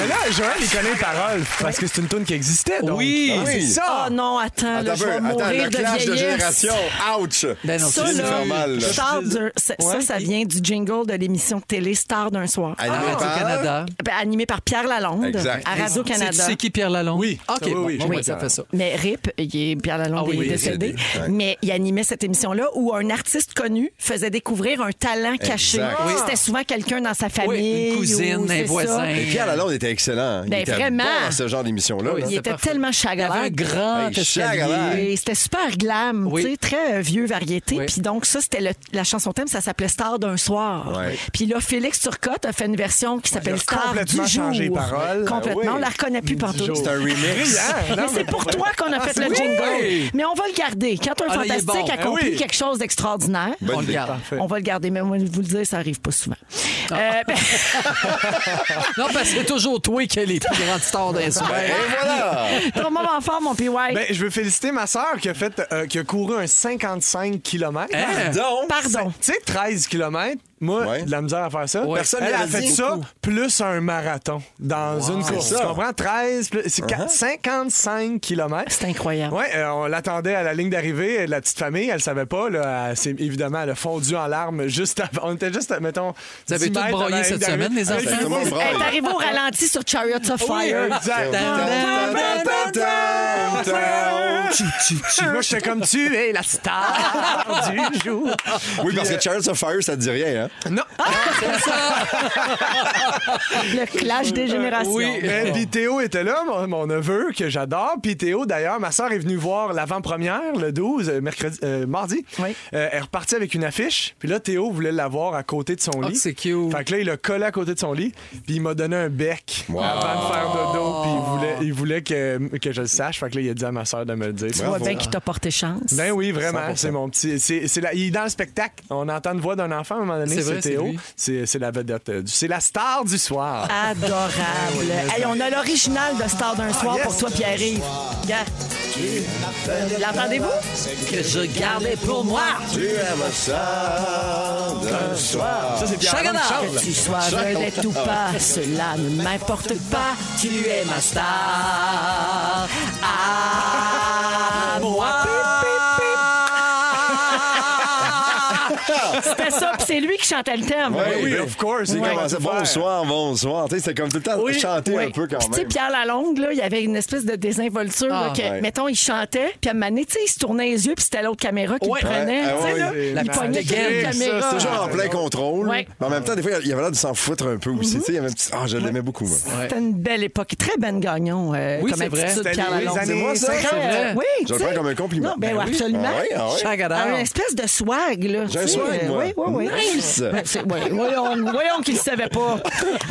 E: Mais là, Joël, il connaît les paroles parce que c'est une tune qui existait. donc.
F: Oui.
E: Ah, c'est
C: Oui.
E: ça.
B: Oh non, attends, là,
C: Attends,
B: je
C: un
B: vais
C: peu. Attends,
B: mourir
C: le
B: de
C: clash de,
B: vieillesse.
C: génération. Ouch.
F: Ben non,
B: Ça,
F: c'est
C: de
B: là,
C: faire mal, là.
B: Star du- ça, ça, ça vient du jingle de l'émission de télé Star d'un soir.
C: Animé
F: Ah, au
C: par-
F: Canada.
B: Ben, Animé par Pierre Lalonde
C: Ah. Exact.
B: à
F: C'est
B: Radio-Canada.
F: c'est qui Pierre Lalonde? Ah,
E: Oui.
F: OK,
E: Oui,
F: bon,
E: oui,
F: bon,
E: je
F: oui, ça fait ça.
B: Mais RIP, il est, Pierre Lalonde
F: Ah oui,
B: est
F: il est
B: décédé,
C: décédé, ouais.
B: mais il animait cette émission-là où un artiste connu faisait découvrir un talent caché.
C: Exact.
B: C'était souvent quelqu'un dans sa
F: Oui,
B: famille.
F: une
B: ou
F: cousine,
B: c'est
F: un
B: ça.
F: voisin.
C: Et Pierre Lalonde était excellent. hein. Il
B: Ben,
C: était
B: vraiment.
C: bon dans ce genre d'émission-là. là.
B: Il était
F: parfait.
B: tellement
F: Il avait un
B: chagrin.
F: grand
C: Hey,
F: escalier.
C: Chagrin.
B: Et c'était super glam,
F: Oui.
B: tu sais, très euh, vieux variété.
F: Oui.
B: Puis donc, ça, c'était le- la chanson thème, ça s'appelait Star d'un soir.
C: Ouais.
B: Puis là, Félix Turcotte a fait une version qui s'appelle
E: il a
B: Star du
E: complètement
B: jour.
E: changé les paroles.
B: Complètement,
E: Ah oui.
B: on la reconnaît plus
E: Du
B: partout.
E: jour.
C: C'est un remix.
E: Brillant. Non,
B: Mais c'est
E: mais-
B: pour toi qu'on a fait
F: c'est
B: le
F: oui.
B: jingle. Mais on va le garder. Quand un
F: Ah, là, il est
B: fantastique
F: bon.
B: a
F: Eh
B: compris
E: oui.
B: quelque chose d'extraordinaire,
F: On le
C: idée.
F: garde.
B: on va le garder. Mais moi, je vous le dire, ça arrive pas souvent. Euh, ben, *laughs*
F: Non, parce que c'est toujours toi qui est les plus grandes stars
C: Ben,
F: d'un soir.
C: Et voilà.
B: *laughs* ton moment fort, mon PY.
E: Ben, je veux féliciter ma sœur qui a fait euh, qui a couru un 55 km.
C: eh,
F: Hein?
C: Donc.
B: Pardon.
E: Tu sais, 13 km, Moi, de la misère à faire ça.
C: Ouais. Personne
E: elle a
C: l'avait
E: fait
C: dit.
E: ça plus un marathon dans une course.
C: C'est ça. Uh-huh.
E: Tu comprends? 13, plus- c'est quatre- 55 km.
B: C'est incroyable.
E: Ouais, euh, on l'attendait à la ligne d'arrivée. La petite famille, elle savait pas. Là, elle s'est- évidemment, elle a fondu en larmes juste avant. On était juste, mettons.
F: Vous avez
E: 10
F: tous
E: mètres
F: broyé
E: à la ligne
F: cette
E: d'arrivée.
F: semaine, les
E: Ah,
F: enfants?
E: ben,
C: Tout le monde
B: Elle est
C: braille.
B: arrivée au ralenti sur Chariots of
E: Oui,
B: Fire. *laughs*
E: exact. Moi, j'étais comme tu es la star du jour.
C: Oui, parce que Charles of Fire, ça te dit rien, hein?
E: Non.
B: Le clash des générations.
C: Ben,
E: Mais
F: Oh,
E: puis Théo était là, mon, mon neveu, que j'adore. Puis Théo, d'ailleurs, ma soeur est venue voir l'avant-première, le 12, euh, mercredi, euh, mardi.
B: Oui.
E: Euh, elle est repartie avec une affiche. Puis là, Théo voulait l'avoir à côté de son
F: Ah,
E: lit.
F: c'est cute.
E: Fait que là, il l'a collé à côté de son lit. Puis il m'a donné un bec avant de faire dodo. Puis il voulait, il voulait que, que je le sache. Fait que là, il a dit à ma soeur de me le dire.
B: Tu vois bien qu'il t'a porté chance.
E: Ben oui, vraiment. C'est mon petit. c'est- c'est la- il est dans le spectacle. On entend une voix d'un enfant à un moment donné.
F: C'est vrai,
E: C'est
F: c'est
E: Théo.
F: lui.
E: C'est c'est la vedette. euh, du- C'est la star du soir.
B: Ah. Adorable. Hey, on a l'original de Star d'un soir
E: yes.
B: pour toi, Pierre-Yves. Regarde. L'entendez-vous?
F: Que je gardais pour moi.
C: Tu aimes ça d'un soir.
E: Ça, c'est Pierre
F: Chagrin.
E: Armand qui chante.
B: Que tu sois vedette ou pas, cela ne m'importe pas. Tu es ma star. À moi. *laughs* C'était ça, puis c'est lui qui chantait le thème.
C: Ouais,
E: Oui, of course. c'est
C: Il
E: comme
C: commençait,
E: ça faire.
C: bonsoir, bonsoir. Tu sais, C'était comme tout le temps
B: Oui,
C: chanter
B: oui.
C: un peu
B: Puis
C: quand
B: Tu sais,
C: même.
B: Pierre Lalonde, là, il y avait une espèce de désinvolture. là,
F: Ah.
B: que,
C: Ouais.
B: Mettons, il chantait, puis à un moment donné, tu sais, il se tournait les yeux, puis c'était l'autre caméra qui
F: Ouais.
B: le prenait.
C: Ouais,
B: Tu sais,
C: ouais,
B: là,
C: ouais.
F: La
B: il
F: petite
B: pognait toutes les
F: dégaine, ça,
B: caméras.
C: C'est toujours en plein contrôle.
B: euh, Ouais. Mhm.
C: Mais en même temps, des fois, il y avait l'air de s'en foutre un peu aussi. tu sais, Il y avait un petit- Ah, je l'aimais beaucoup, moi.
B: C'était une belle époque. Très Ben Gagnon euh,
F: Oui,
B: comme
F: c'est vrai.
B: attitude,
F: C'était
B: Pierre
E: les
B: Lalonde.
E: années
C: moi, ça,
B: Très,
C: c'est
F: vrai.
B: Oui,
C: Je le
B: tu sais.
C: prends comme un compliment.
B: Non, ben,
C: Ben oui.
B: absolument.
C: Ah ouais, ah ouais.
F: Chagadeur.
B: Un espèce de swag, là.
C: J'ai un
B: tu sais,
C: swag,
B: euh,
C: moi.
B: Oui, oui, oui.
C: Nice.
B: Ben, c'est- ouais, voyons voyons qu'il ne savait pas.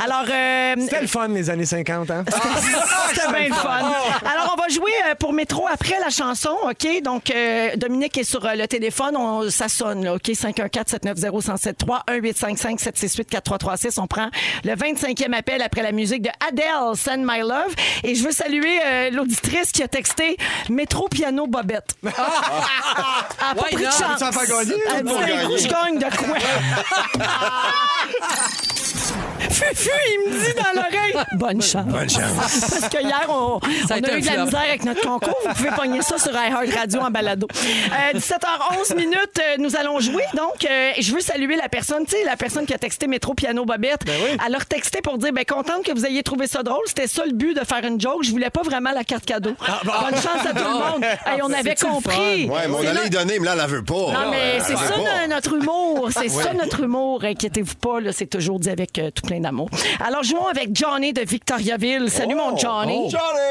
B: Alors, euh,
E: C'était le fun, les années 50, hein?
B: Ah, *laughs* C'était bien le fun. Alors, on va jouer euh, pour Métro après la chanson, OK? Donc, euh, Dominique est sur euh, le téléphone. On, ça sonne, là, OK? 514-790-1073-1855-768-4336. On prend le 25e appel après la musique de Adele, Send My Love. Et je veux saluer euh, l'auditrice qui a texté Métro
F: *laughs*
B: Piano Bobette. Elle a pas
F: Why
B: pris de
F: not?
B: chance.
E: Ça fait gagner.
F: Ah,
B: Elle dit,
C: Tout le monde
B: d'un coup,
C: gagne.
B: je gagne de quoi? Fufu, il me dit dans l'oreille. Bonne chance.
C: Bonne chance.
B: Parce que hier, on,
F: Ça a
B: on
F: été
B: a
F: un
B: eu de la
F: flop.
B: misère avec notre concours. Vous pouvez pogner ça sur iHeartRadio en balado. Euh, 17h11 minutes, euh, nous allons jouer. Donc, euh, je veux saluer la personne, tu sais, la personne qui a texté Métro Piano Bobette.
C: Ben
B: Elle a retexté pour dire, ben contente que vous ayez trouvé ça drôle. C'était ça le but de faire une joke. Je voulais pas vraiment la carte cadeau. Bonne chance à tout le monde. Hey, on avait
F: Ah. C'est-tu le
B: compris.
C: Ah, Ouais, mais on
B: C'est
C: allait
B: no-
C: y donner, mais là, elle la veut pas.
B: non, mais
C: Elle
B: c'est
C: la veut
B: ça
C: euh, pas.
B: no- notre humour. C'est ça notre humour. Inquiétez-vous pas, là, c'est toujours dit avec euh, tout plein d'amour. Alors, jouons avec Johnny de Victoriaville. Salut, mon Johnny.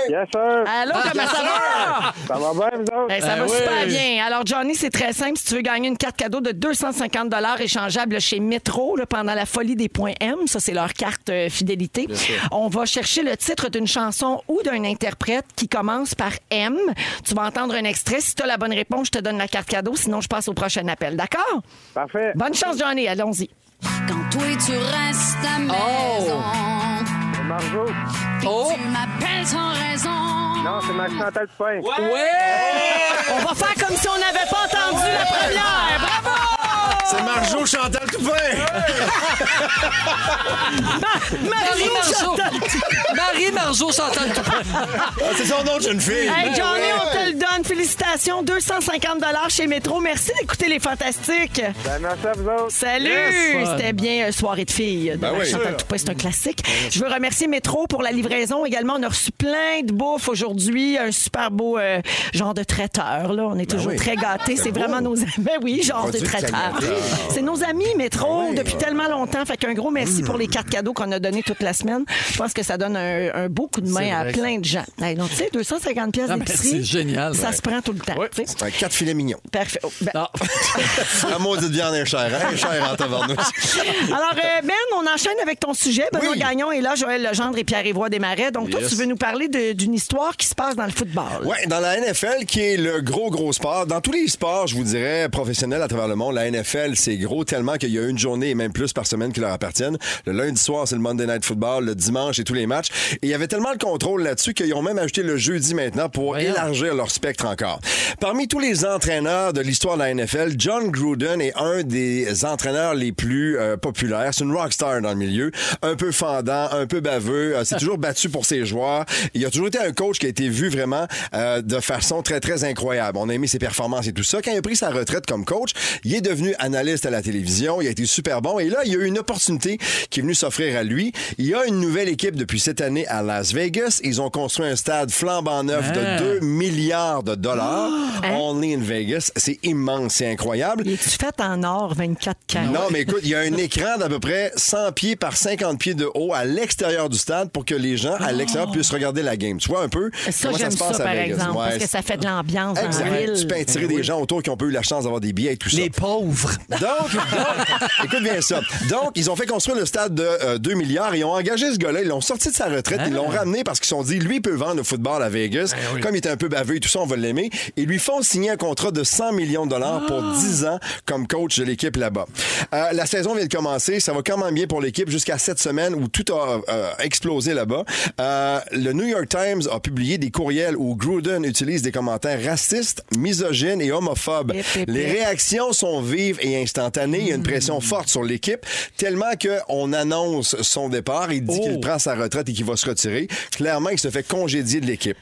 K: Yes, sir.
B: Allô, comment ça va?
K: Ça va bien, vous autres?
B: Ben, ça va super bien. Alors, Johnny, c'est très simple. Si tu veux gagner une carte cadeau de 250 échangeable chez Metro là, pendant la folie des points M, ça, c'est leur carte euh, fidélité. On va chercher le titre d'une chanson ou d'un interprète qui commence par M. Tu vas entendre un extrait. Si tu as la bonne réponse, je te donne la carte cadeau. Sinon, je passe au prochain appel. D'accord?
K: Parfait.
B: Bonne chance, Johnny. Allons-y.
L: Quand toi tu restes à maison,
K: C'est Marjo.
F: Oh!
L: tu m'appelles sans raison.
K: Non, c'est Max Chantal Dupin.
C: Oh.
F: Ouais!
B: On va faire comme si on n'avait pas entendu la première. Bravo!
C: C'est Marjo Chantal Toupin.
B: Marie
F: Marie Marjo!
B: Chantal.
F: Marie Marjo Chantal Toupin.
C: Ah, c'est son nom de jeune fille.
B: Hey Johnny,
C: Ben Ouais.
B: on te le donne. Félicitations, 250 chez Métro. Merci d'écouter les fantastiques.
K: Ben, merci à vous autres.
B: Salut! C'était bien euh, soirée de filles. de
C: Ben
B: Marie
C: oui.
B: Chantal Toupin, c'est un classique. Je veux remercier Métro pour la livraison également. On a reçu plein de bouffe aujourd'hui. Un super beau euh, genre de traiteur. Là. On est toujours
C: oui.
B: très gâtés. C'est
C: beau.
B: vraiment nos amis. Ben oui, genre de
C: Produit
B: traiteur.
C: canadien.
B: C'est nos amis Métro depuis tellement longtemps. Fait qu'un gros merci pour les cartes cadeaux qu'on a données toute la semaine. Je pense que ça donne un, un beau coup de main à plein de gens. Hey, donc, tu sais, 250 pièces
F: Ah, mais
B: d'épicerie.
F: c'est génial,
B: Ça
F: ouais.
B: se prend tout le temps. tu sais.
C: Un quatre filets mignons.
B: Parfait. Oh, ben,
F: Non.
C: La maudite viande est chère. hein? Elle est chère en tabarnouche.
B: Alors, euh, Ben, on enchaîne avec ton sujet. Benoît
C: Oui.
B: Gagnon est là, Joël Legendre et Pierre-Évoix Desmarais. Donc, toi,
C: Yes.
B: tu veux nous parler de- d'une histoire qui se passe dans le football.
C: Ouais, dans la NFL, qui est le gros, gros sport, dans tous les sports, je vous dirais, professionnels à travers le monde, la NFL NFL, c'est gros tellement qu'il y a une journée et même plus par semaine qui leur appartiennent. Le lundi soir, c'est le Monday Night Football. Le dimanche, c'est tous les matchs. Et il y avait tellement le contrôle là-dessus qu'ils ont même ajouté le jeudi maintenant pour élargir leur spectre encore. Parmi tous les entraîneurs de l'histoire de la NFL, John Gruden est un des entraîneurs les plus euh, populaires. C'est une rockstar dans le milieu. Un peu fendant, un peu baveux. Euh, C'est toujours battu pour ses joueurs. Il a toujours été un coach qui a été vu vraiment euh, de façon très, très incroyable. On a aimé ses performances et tout ça. Quand il a pris sa retraite comme coach, il est devenu analyste à la télévision. Il a été super bon. Et là, il y a eu une opportunité qui est venue s'offrir à lui. Il y a une nouvelle équipe depuis cette année à Las Vegas. Ils ont construit un stade flambant neuf
D: Ah.
C: de 2 milliards de dollars. Only in Vegas. C'est immense. C'est incroyable.
B: Tu fais en or 24 carats.
C: Non, mais écoute, il y a un écran d'à peu près 100 pieds par 50 pieds de haut à l'extérieur du stade pour que les gens à l'extérieur puissent regarder la game. Tu vois un peu
B: Ah. Ça,
C: comment ça
B: j'aime
C: se
B: ça,
C: passe à
B: par
C: Vegas.
B: exemple,
C: Ouais,
B: parce que ça fait de l'ambiance dans la
C: Exact.
B: ville. Ben
C: Tu peux attirer des gens autour qui ont pas eu la chance d'avoir des billets et tout ça. Les
F: pauvres.
C: Donc, donc, écoute bien ça. Donc, ils ont fait construire le stade de euh, 2 milliards. Ils ont engagé ce gars-là. Ils l'ont sorti de sa retraite. Ils l'ont ramené parce qu'ils se sont dit, lui, il peut vendre le football à Vegas. Comme il était un peu baveux et tout ça, on va l'aimer. Ils lui font signer un contrat de 100 millions de dollars pour 10 ans comme coach de l'équipe là-bas. Euh, la saison vient de commencer. Ça va quand même bien pour l'équipe jusqu'à cette semaine où tout a euh, explosé là-bas. Euh, le New York Times a publié des courriels où Gruden utilise des commentaires racistes, misogynes et homophobes. Les réactions sont vives et instantanées. Il y a une pression forte sur l'équipe, tellement qu'on annonce son départ. Il dit qu'il prend sa retraite et qu'il va se retirer. Clairement, il se fait congédier de l'équipe.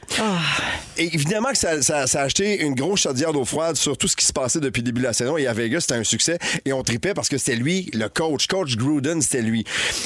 C: Et évidemment que ça, ça- ça a acheté une grosse chaudière d'eau froide sur tout ce qui se passait depuis le début de la saison. Et à Vegas, c'était un succès. Et on tripait parce que c'était lui, le coach. Coach Gruden, c'était lui.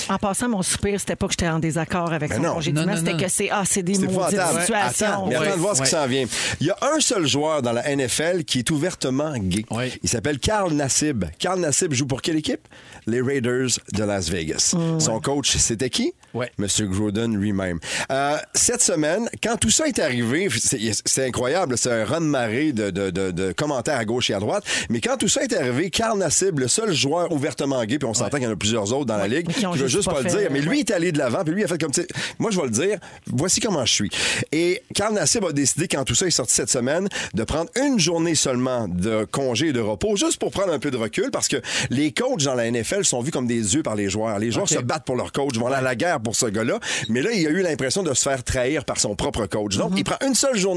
B: En passant, mon soupir, c'était pas que j'étais en désaccord avec
C: Ben
B: son
C: non. Non,
B: congédiement,
C: non,
B: c'était
C: non.
B: que c'est ah, c'est des
C: C'est
B: maudites
C: épouvantable.
B: situations.
C: Attends, mais attends de voir ce qui
B: Ouais.
C: s'en vient. Il y a un seul joueur dans la NFL qui est ouvertement gay. Il s'appelle Carl Nassib. Carl Nassib joue pour quelle équipe? Les Raiders de Las Vegas.
B: Mm,
C: Son coach, c'était qui? Monsieur Groden lui-même. Euh, cette semaine, quand tout ça est arrivé, c'est c'est incroyable, c'est un run de marée de, de- de- de commentaires à gauche et à droite, mais quand tout ça est arrivé, Carl Nassib, le seul joueur ouvertement gay, puis on s'entend qu'il y en a plusieurs autres dans la ligue,
D: qui ont
C: je veux
D: juste
C: juste
D: pas
C: pas le
D: fait,
C: dire, mais
D: ouais.
C: lui, lui est allé de l'avant, puis lui a fait comme, tu sais, moi je vais le dire, voici comment je suis. Et Karl Nassib a décidé, quand tout ça est sorti cette semaine, de prendre une journée seulement de congé et de repos, juste pour prendre un peu de recul, parce que les coachs dans la NFL sont vus comme des yeux par les joueurs. Les joueurs
D: Ok.
C: se battent pour leur coach, vont aller à la guerre pour ce gars-là, mais là, il a eu l'impression de se faire trahir par son propre coach. Donc, il prend une seule journée.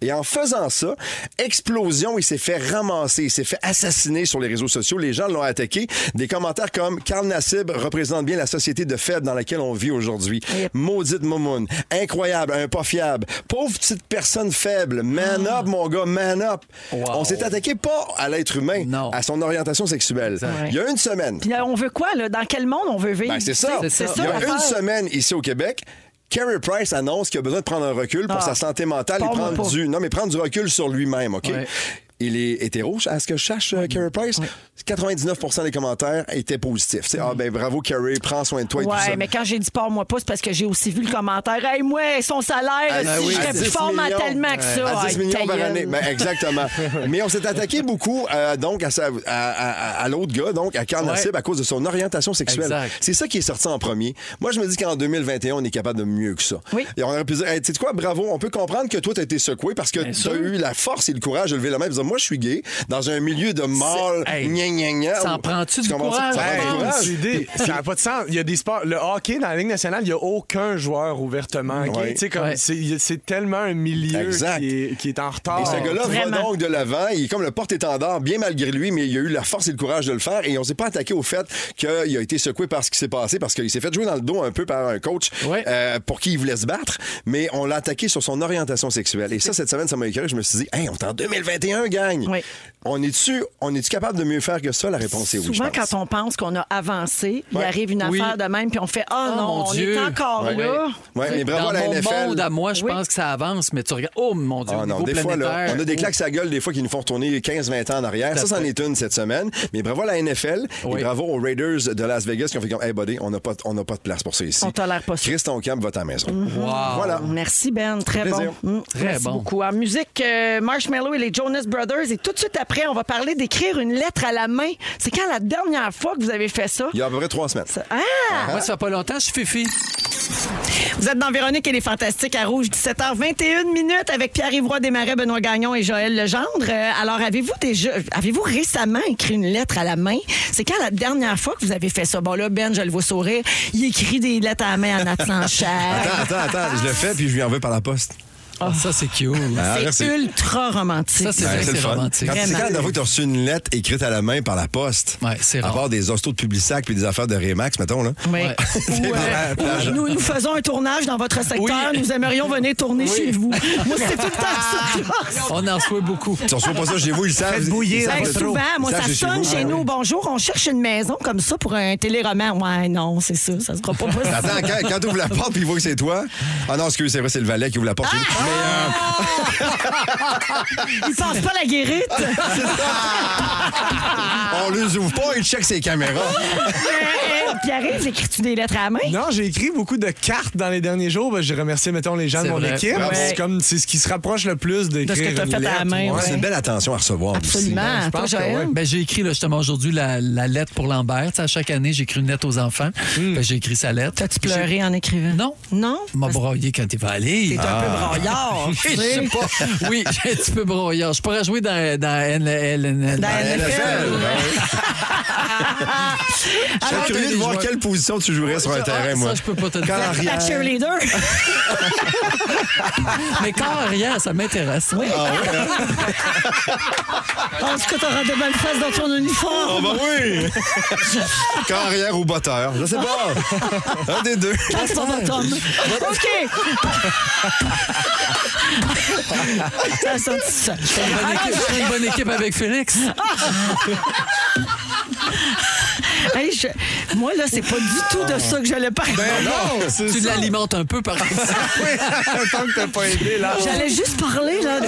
C: Et en faisant ça, explosion, il s'est fait ramasser, il s'est fait assassiner sur les réseaux sociaux. Les gens l'ont attaqué. Des commentaires comme Karl Nassib représente bien la société de faibles dans laquelle on vit aujourd'hui. Maudite moumoune. Incroyable, un pas fiable. Pauvre petite personne faible. Man up, mon gars, man up. On s'est attaqué pas à l'être humain, à son orientation sexuelle. Il y a une semaine.
B: Puis là, on veut quoi, là? Dans quel monde on veut vivre?
C: Ben, c'est ça.
B: Tu sais, C'est ça.
C: Il y a
B: l'affaire.
C: une semaine ici au Québec. Carrie Price annonce qu'il a besoin de prendre un recul pour
B: Ah.
C: sa santé mentale et
B: Pauvre
C: prendre
B: pauvre.
C: du, non, mais prendre du recul sur lui-même, OK? Il est hétéro, à ce que je cherche, euh, Carey Price. 99 des commentaires étaient positifs. C'est, Ah, ben bravo, Carrie, prends soin de toi et tout
B: Ouais,
C: ça.
B: mais quand j'ai dit pas moi pas, c'est parce que j'ai aussi vu le commentaire. Hey, moi, son salaire,
C: Ah,
B: si
C: oui,
B: je
C: à
B: serais
C: 10
B: plus fort
C: millions.
B: mentalement que ça.
C: À 10
B: hey,
C: millions par
B: ta gueule.
C: année. Ben, exactement. Mais on s'est attaqué beaucoup euh, donc à, sa- à- à- à l'autre gars, donc à Karl
D: Ouais.
C: Nassib, à cause de son orientation sexuelle.
D: Exact.
C: C'est ça qui est sorti en premier. Moi, je me dis qu'en 2021, on est capable de mieux que ça. Et on aurait pu dire, Hey, tu sais quoi, bravo, on peut comprendre que toi, t'as été secoué parce que t'as
F: sûr.
C: eu la force et le courage de lever la main et de dire, moi, je suis gay, dans un milieu de mâles,
E: Hey,
C: gna, gna, gna.
E: ça en
C: Tu
E: prend-tu du
C: comprends ça?
E: courage?
C: Ça prend du
E: Hey,
C: courage.
E: c'est idée. Ça n'a pas de sens. Il y a des sports. Le hockey, dans la Ligue nationale, il n'y a aucun joueur ouvertement. gay.
C: Ouais.
E: Tu sais, comme,
C: Ouais.
E: c'est, il y a- c'est tellement un milieu
C: Exact.
E: qui est, qui est en retard.
B: Ah,
C: Et ce gars-là va donc de l'avant. Il est comme le porte-étendard, bien malgré lui, mais il a eu la force et le courage de le faire. Et on s'est pas attaqué au fait qu'il a été secoué par ce qui s'est passé, parce qu'il s'est fait jouer dans le dos un peu par un coach euh, pour qui il voulait se battre. Mais on l'a attaqué sur son orientation sexuelle. Et ça, cette semaine, ça m'a écœuré. Je me suis dit, hey, on est en 2021, gang. On est-tu on est capable de mieux faire que ça? La réponse est oui. je
B: Souvent,
C: pense.
B: quand on pense qu'on a avancé, il
C: Ouais.
B: arrive une
C: Oui.
B: affaire de même, puis on fait Ah
F: Oh,
B: non,
F: mon
B: on
F: Dieu.
B: est encore
F: Ouais.
B: là.
C: Ouais, mais bravo
F: Dans
C: à la
F: mon
C: NFL.
F: monde, à moi, je pense que ça avance, mais tu regardes. Oh mon Dieu,
C: Ah
F: au
C: non,
F: niveau
C: des fois, là,
F: planétaire.
C: on a des claques à gueule des fois qui nous font retourner 15-20 ans en arrière. Ça,
F: Tout à
C: c'en est une cette semaine. Mais bravo à la NFL et bravo aux Raiders de Las Vegas qui ont fait comme Hey buddy, on n'a pas, on n'a pas de place pour ça ici.
B: On tolère pas ça.
C: Chris Camp va à la maison. Ah.
B: Voilà. Merci, Ben. Très
C: Plaisir.
B: bon. Mm.
C: Très
B: Merci
C: bon.
B: beaucoup. En musique, euh, Marshmallow et les Jonas Brothers. Brothers et tout de suite après, on va parler d'écrire une lettre à la main. C'est quand la dernière fois que vous avez fait ça?
C: Il y a à peu près trois semaines.
B: Ah!
F: Moi, ça fait pas longtemps, je suis fifi.
B: Vous êtes dans Véronique et les Fantastiques à Rouge, 17h21 minutes avec Pierre-Yves Roy Desmarais, Benoît Gagnon et Joël Legendre. Euh, Alors, avez-vous déjà, avez-vous récemment écrit une lettre à la main? C'est quand la dernière fois que vous avez fait ça? Bon, là, Ben, je le vois sourire. Il écrit des lettres à la main à Nat
C: *laughs*
B: Sanchez.
C: Attends, attends, attends, je le fais puis je lui envoie par la poste.
F: ça, c'est cute.
C: Ah, merci.
B: C'est ultra romantique.
C: Ouais, le fun. Quand- C'est quand la
B: Vraiment.
C: dernière fois que tu as reçu une lettre écrite à la main par la poste? Ouais, c'est À part des hostos de Publisac puis des affaires de Remax, mettons, là.
B: Oui.
C: *laughs*
B: Ou, euh, ou nous, nous faisons un tournage dans votre secteur. Nous aimerions venir tourner chez
C: *laughs*
B: vous. Moi, c'est tout le temps ça.
F: On en reçoit beaucoup.
C: Tu reçois pas ça chez vous, ils le savent. Faites bouillir Ils savent
B: Ben,
C: pas trop.
B: souvent, moi,
C: Ils
B: ça
C: savent c'est chez
B: sonne
C: vous.
B: chez
C: Ah,
B: nous.
C: oui.
B: Bonjour, on cherche une maison comme ça pour un téléroman. Ouais, non, c'est ça, ça sera pas possible.
C: Attends, quand, quand ouvres la porte puis il voit que c'est toi. Ah non, excuse, c'est vrai, c'est le valet qui ouvre la porte.
B: Il passe pas la guérite.
C: Ah.
B: *laughs*
C: On les ouvre pas, ils checkent ses caméras.
B: Pierre, écris-tu des lettres à la main?
E: Non, j'ai écrit beaucoup de cartes dans les derniers jours. Ben, J'ai remercié, mettons, les gens de
C: C'est
E: mon
C: vrai.
E: équipe.
C: Ouais.
E: C'est comme c'est ce qui se rapproche le plus d'écrire.
B: De ce que t'as
E: une
B: fait à la
E: lettre,
B: main,
E: ouais.
C: C'est une belle attention à
E: *laughs*
C: recevoir.
B: Absolument.
F: Je pense que
B: Toi, Joël?
F: ouais. Ben, j'ai écrit là, justement aujourd'hui la, la lettre pour Lambert. Tu sais, à chaque année, j'écris une lettre aux enfants. Ben, j'ai écrit sa lettre. T'as-tu
B: pleuré en écrivant?
F: Non.
B: Non?
F: M'a broyé quand il va aller.
B: T'es un peu broyard,
F: Oui,
B: tu
F: je
B: sais.
F: sais pas. Oui, j'ai un petit peu broyard. Je pourrais jouer dans, dans NL.
B: Dans NFL,
C: ben Je serais
F: Alors,
C: curieux de
F: des
C: voir
F: joueurs.
C: quelle position tu jouerais sur un terrain, moi.
F: Ah, Ça, je peux pas te le
C: Quand
F: dire.
B: La
C: *laughs*
B: cheerleader.
F: Mais quand rien, ça m'intéresse. Ah, Oui.
B: En tout cas, t'auras de bonnes fesses dans ton uniforme.
C: Oh, bah
F: *laughs*
C: oui! Carrière ou batteur, je sais pas. Un des deux.
B: Passe ton bâton. OK.
C: *laughs*
B: Ça sent ça.
F: Une bonne équipe- je fais une bonne équipe avec Félix.
B: Ah, Hey, je- Moi, là, c'est pas du tout
C: Ah.
B: de ça que j'allais parler.
C: Ben
F: tu l'alimentes un peu par
B: Ah,
E: Tant que t'as pas aidé, là.
B: J'allais juste parler là, des,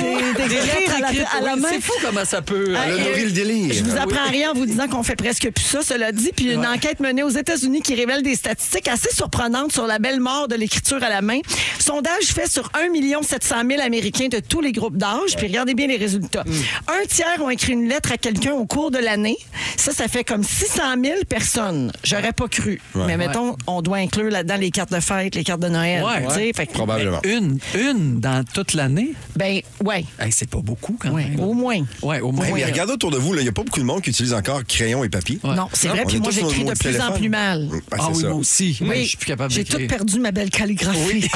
F: *laughs*
B: des,
F: Des
B: écrire à la,
F: lettres
B: à la
F: écrites, oui,
B: main.
F: C'est fou Ben comment ça peut.
B: Ah, euh, Je vous apprends rien en vous disant qu'on fait presque plus ça, cela dit. Puis une enquête menée aux États-Unis qui révèle des statistiques assez surprenantes sur la belle mort de l'écriture à la main. Sondage fait sur 1 700 000 Américains de tous les groupes d'âge. Puis regardez bien les résultats.
F: Mm.
B: Un tiers ont écrit une lettre à quelqu'un au cours de l'année. Ça, ça fait comme 600 000 personnes. J'aurais pas cru.
F: Ouais.
B: Mais mettons, on doit inclure là-dedans les cartes de fête, les cartes de Noël.
F: Ouais.
B: tu sais. Fait que-
F: Mais Une, une dans toute l'année.
B: Ben, ouais.
F: Hey, c'est pas beaucoup quand même.
B: Au moins.
F: euh, Ouais, au moins.
C: Ouais, mais regardez autour de vous, il n'y a pas beaucoup de monde qui utilise encore crayon et papier.
B: Non, c'est vrai.
C: On
B: Puis
C: est
B: moi,
C: tous sur
B: j'écris
C: nos
B: de plus
C: téléphones.
B: en plus mal.
C: Ben, c'est
F: Ah oui,
C: ça.
F: moi aussi.
B: Oui,
F: Moi, je suis plus capable
B: J'ai
F: d'écrire.
B: tout perdu ma belle calligraphie.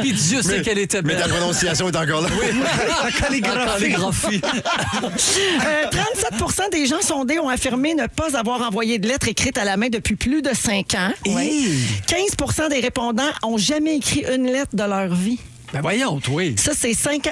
F: Puis Dieu sait
C: Mais-
F: qu'elle était
C: Mais
F: belle. *laughs*
C: ta prononciation est encore là.
F: La calligraphie. La calligraphie.
B: *laughs* Euh, 37 des gens sondés ont affirmé ne pas avoir envoyé de lettres écrites à la main depuis plus de 5 ans. Ouais. 15 des répondants ont jamais écrit une lettre de leur vie.
F: Ben voyons, toi.
B: Ça, c'est cinq-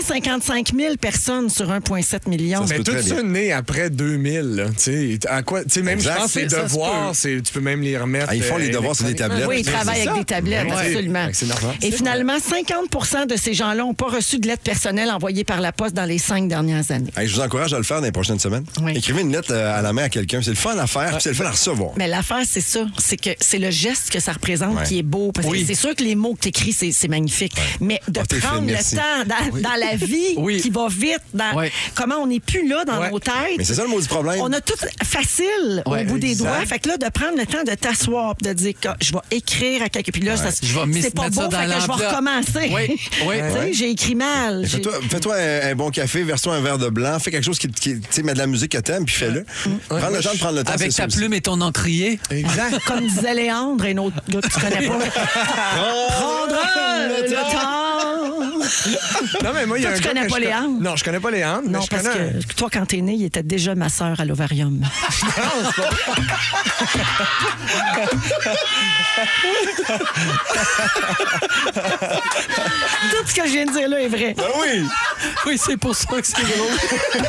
B: 255 000 personnes sur 1,7 million.
E: mais tout ça né après 2000. là. Tu sais, à quoi, tu sais, même
C: Exact.
E: je pense
C: Ça,
E: les
C: ça se
E: devoirs, c'est- tu peux même les remettre. euh,
C: Ah, ils font les devoirs sur des tablettes.
B: Oui, ils travaillent avec des tablettes, absolument.
E: C'est normal.
B: Et finalement, 50 de ces gens-là n'ont pas reçu de lettres personnelles envoyées par la poste dans les cinq dernières années.
C: Hey, je vous encourage à le faire dans les prochaines semaines. Écrivez une lettre euh, à la main à quelqu'un. C'est le fun à faire, puis c'est le fun à recevoir.
B: Mais l'affaire, c'est ça. C'est que c'est le geste que ça représente
C: Ouais.
B: qui est beau. Parce
C: Oui.
B: que c'est sûr que les mots que tu écris, c'est c'est magnifique. Mais de
C: Ah, t'es
B: prendre
C: fine,
B: le
C: merci.
B: temps dans, dans la
C: *laughs*
B: vie qui va vite, dans comment on n'est plus là dans nos têtes.
C: Mais c'est ça le mot du problème.
B: On a tout facile
F: Ouais,
B: au bout des
F: exact.
B: doigts. Fait que là, de prendre le temps de t'asseoir, pis de dire que je vais écrire à quelqu'un. Puis là,
C: Ouais.
B: ça se-
C: Je vais mis-
B: c'est pas
C: mettre
B: beau,
C: ça dans
B: fait que je vais
C: l'enveloppe.
B: recommencer. *laughs*
C: Oui, oui.
B: Tu sais,
C: Ouais.
B: J'ai écris mal.
C: Mais
B: J'ai-
C: Fais-toi fais-toi un, un bon café, verse-toi un verre de blanc, fais quelque chose qui, qui tu sais, met de la musique que t'aimes, puis
B: Mm.
C: fais-le. Prends le temps de prendre le temps.
F: Avec
C: c'est
F: ta
C: ça aussi.
F: plume et ton encrier.
E: *laughs*
B: Comme disait Léandre, un autre gars que tu connais
C: *laughs*
B: pas. Prendre
C: Ah!
B: le, temps.
E: Non, mais moi, il y a
B: Toi,
E: un
B: tu
E: gars
B: connais
E: que
B: pas
E: je-
B: Léandre?
E: Non, je connais pas Léandre. mais
B: Non,
E: Ben, je
B: parce
E: connais un-
B: que toi, quand t'es né, il était déjà ma sœur à l'ovarium. Tout ce que je viens de dire là est vrai.
C: Ben oui!
F: Oui, c'est pour ça que c'est drôle.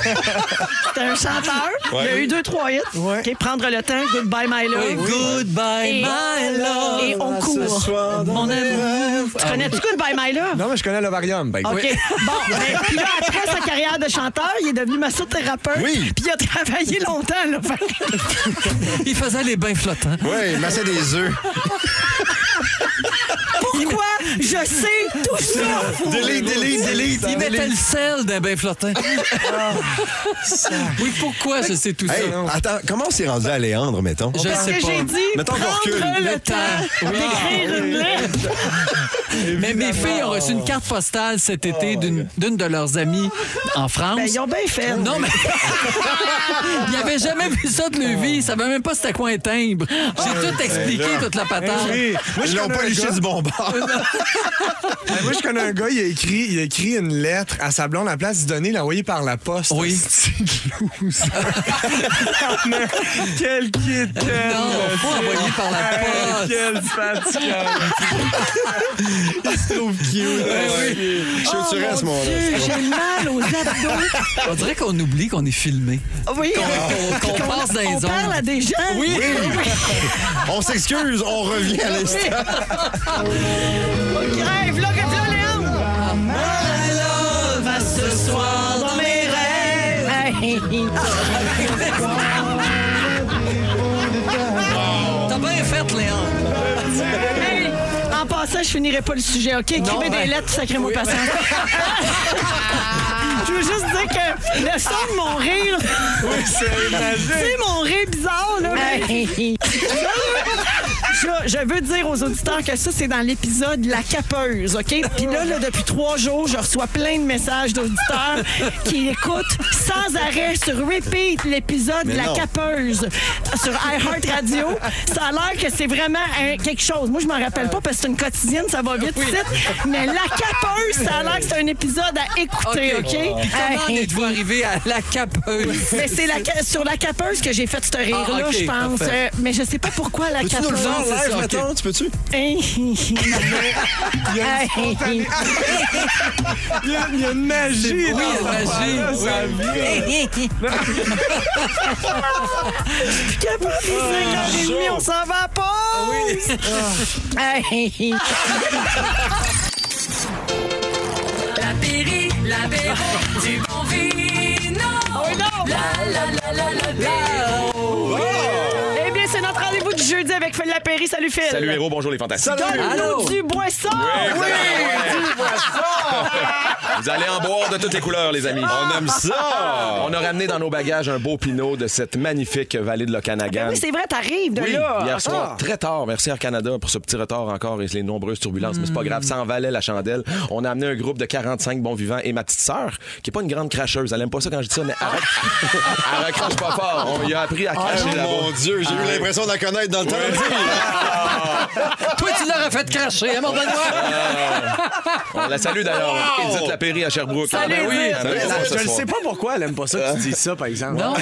B: T'es un chanteur.
F: Ouais.
B: Il a eu deux, trois hits. OK, prendre le temps. Goodbye, my love.
F: Oui, goodbye,
B: Ah Et-
F: my love.
B: Et on court.
C: Ah,
B: On aime. Tu connais-tu Goodbye, my love?
E: Non, mais je connais l'ovarium. ben,
B: OK.
E: oui.
B: Bon, ben, puis là, après sa carrière de chanteur, il est devenu massothérapeute.
C: Oui.
B: Puis il a travaillé longtemps, là.
F: *laughs* Il faisait les bains flottants.
C: Oui, il massait des œufs.
B: Pourquoi je Je sais tout ça.
F: Delete, delete, delete. Il mettait le sel d'un bain flottin.
B: Ah,
F: Oui, pourquoi je sais tout
C: Hey,
F: ça?
C: Attends, comment on s'est rendu à Léandre, mettons?
F: Je Parce sais que pas. j'ai dit,
C: Mettons qu'on recule.
F: prendre le temps
C: Oui.
B: Ah,
F: d'écrire
B: Ben,
F: une lettre. Mais mes filles
E: Eh
F: ont reçu une carte postale cet été d'une d'une de leurs amies en France.
B: Oh Ben, ils ont bien fait.
F: Non, mais. *laughs* Ils n'avaient jamais vu ça de
B: Ah.
F: leur vie. Ils ne savaient même pas c'était quoi un timbre. J'ai tout expliqué,
B: Ben,
F: toute la patate.
E: je connais un gars- Ben, moi, je connais un gars, il a, écrit, il a écrit une lettre à sa blonde à la place de donner, l'a envoyée par la poste. Oui. Quel kit, quel.
F: Non, pas envoyé par la poste.
E: Quel fatigant. il se trouve cute.
C: Je suis au à ce moment-là.
B: J'ai mal aux abdos.
F: On dirait qu'on oublie qu'on est filmé.
B: Oui.
F: Qu'on- qu'on- qu'on passe dans les
B: On
F: ondes.
B: parle à des gens.
F: Oui.
C: On s'excuse, on revient à l'instant.
B: Rêve, là, que là, Léandre.
D: ce soir dans mes rêves.
F: T'as bien fait, Léon.
B: Hey, En passant, je finirai pas le sujet, OK? Écrivez des lettres, sacrez-moi
F: ben, Oui,
B: patient. Je veux juste dire que le son de mon rire.
D: Oui, c'est magique.
B: C'est mon rire bizarre, là. mais- Je, je veux dire aux auditeurs que ça, c'est dans l'épisode La Capeuse, OK? Puis là, là, depuis trois jours, je reçois plein de messages d'auditeurs qui écoutent sans arrêt sur repeat l'épisode
D: Mais
B: La
D: non.
B: Capeuse sur iHeart Radio. Ça a l'air que c'est vraiment un- quelque chose. Moi, je m'en rappelle pas parce que c'est une quotidienne, ça va vite, vite. Mais La Capeuse, ça a l'air que c'est un épisode à écouter, OK?
F: Puis comment
B: Hey.
F: êtes-vous arrivé à la capeuse?
B: Mais c'est la ca- sur la capeuse que j'ai fait ce rire-là,
F: Ah, ok,
B: je pense.
F: parfait.
B: Euh, mais je sais pas pourquoi la
C: Peux-tu nous le
B: capeuse.
C: faire en
B: c'est
C: live,
B: ça, ok.
C: mettons? Tu peux-tu?
B: Hey. Hey.
E: Il y a- il y a une magie.
F: Oui,
E: dans cette
F: magie,
E: affaire-là, ça
F: oui.
E: vient.
B: Je suis capable de cinq heures et demie, on s'en va pas! *laughs* Hey.
D: La péri, l'apéro, du bon vino. La la la la l'apéro.
B: Eh bien, c'est notre rendez-vous du jeudi avec Phil Lapéry. Salut Phil!
M: Salut Héros, bonjour les fantastiques.
B: Donne-nous du boisson!
M: Oui,
B: du
M: Vous allez en boire de toutes les couleurs, les amis. On aime ça! On a ramené dans nos bagages un beau pinot de cette magnifique vallée de
E: Ben
M: l'Okanagan.
B: Eh Oui, c'est vrai, t'arrives de
M: Oui,
B: là.
M: hier
B: Ah.
M: soir, très tard. Merci Air Canada pour ce petit retard encore et les nombreuses turbulences, mais c'est pas grave, ça en valait la chandelle. On a amené un groupe de 45 bons vivants et ma petite sœur, qui est pas une grande cracheuse, elle aime pas ça quand je dis ça, mais elle, rac- *laughs* elle raccroche pas fort. On lui a appris à cracher
C: Ah,
M: là-bas.
C: mon Dieu, j'ai eu l'impression de la connaître dans le temps.
F: Toi, tu l'aurais fait cracher, hein, mon Benoît?
M: On la salue d'ailleurs, Edith Lapéry à Sherbrooke.
F: Salut,
M: Ah ben oui,
F: Edith.
M: elle avait
E: Je-
M: raison ce
E: Je ne
M: soir.
E: sais pas pourquoi elle aime pas ça que tu dis ça, par exemple.
F: Non.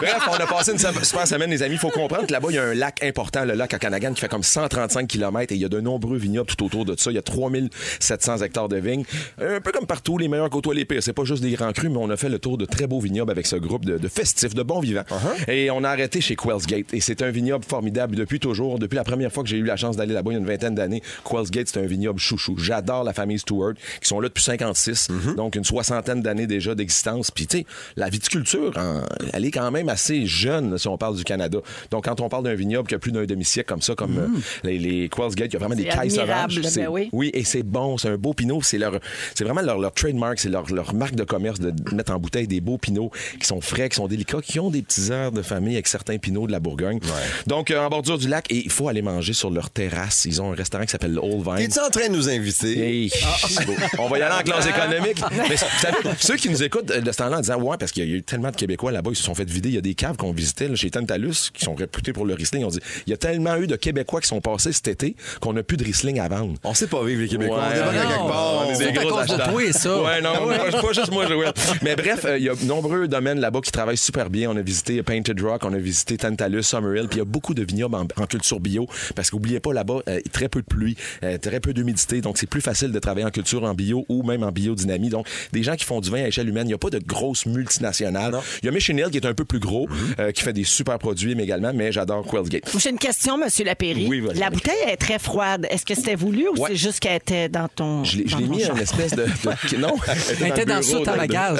M: Bref, on a passé une sa- super semaine, les amis. Il faut comprendre que là-bas, il y a un lac important, le lac Okanagan, qui fait comme 135 km et il y a de nombreux vignobles tout autour de ça. Il y a 3700 hectares de vignes. Un peu comme partout, les meilleurs côtoient les pires. C'est pas juste des grands crus, mais on a fait le tour de très beaux vignobles avec ce groupe de, de festifs, de bons vivants. Et on a arrêté chez Quells Gate. Et c'est un vignoble formidable depuis toujours. Depuis la première fois que j'ai eu la chance d'aller là-bas, il y a une vingtaine d'années, Quells Gate, c'est un vignoble chouchou. J'adore la famille Stewart, qui sont là depuis 56.
B: Mhm.
M: Donc, une soixantaine d'années déjà d'existence. Puis, tu sais, la viticulture, hein, elle est quand même assez jeune, si on parle du Canada. Donc, quand on parle d'un vignoble qui a plus d'un demi-siècle comme ça, comme euh, les, les Quells Gate, il y a vraiment des
B: Mhm. C'est
M: cailles
B: admirable,
M: sauvages.
B: ben
M: C'est-
B: oui.
M: oui, et c'est bon, c'est un beau pinot. C'est leur, c'est vraiment leur, leur trademark, c'est leur, leur marque de commerce de mettre en bouteille des beaux pinots qui sont frais, qui sont délicats, qui ont des petits airs de famille avec certains pinots de la Bourgogne. Donc, euh, en bordure du lac, et il faut aller manger sur leur terrasse. Ils ont un restaurant qui s'appelle Old Vine.
C: Es-tu en train de nous inviter?
M: Hey, c'est beau. *laughs* On va y aller en classe économique. Mais vous savez, ceux qui nous écoutent euh, de ce temps-là en disant Ouais, parce qu'il y a eu tellement de Québécois là-bas, ils se sont fait vider. Il y a des caves qu'on visitait là, chez Tantalus qui sont réputés pour le Riesling. On dit Il y a tellement eu de Québécois qui sont passés cet été qu'on n'a plus de Riesling à vendre.
C: On sait pas vivre, les Québécois. on débarque à
M: non.
C: quelque part. on est
M: C'est
C: des
M: à
C: gros
M: cause de
C: acheteurs. *laughs*
M: toi,
F: ça. Ah
M: Ouais, non, pas, pas juste moi, Joël. Mais bref, euh, il y a nombreux domaines là-bas qui travaillent super bien. On a visité Painted Rock, on a visité Tantalus, Summerhill, puis il y a beaucoup de vignobles en, en culture bio, parce qu'oubliez pas, là-bas, euh, très peu de pluie, euh, très peu d'humidité, donc c'est plus facile de travailler en culture en bio ou même en biodynamie. Donc, des gens qui font du vin à échelle humaine, il n'y a pas de grosses multinationales. Il y a Mission Hill qui est un peu plus gros,
F: Mhm.
M: euh, qui fait des super produits, mais également, mais j'adore Quellsgate.
B: J'ai une question, M. Lapéry.
M: Oui, vas-y,
B: la
M: Alex.
B: bouteille elle est très froide. Est-ce que c'était voulu ou
M: Ouais.
B: c'est juste qu'elle était dans ton.
M: Je l'ai- je
B: dans
M: l'ai
B: ton
M: mis
B: genre?
M: en espèce de... de- non.
F: Elle était dans
M: le
F: ça,
M: bureau,
F: ta
M: dans le-
F: bagage.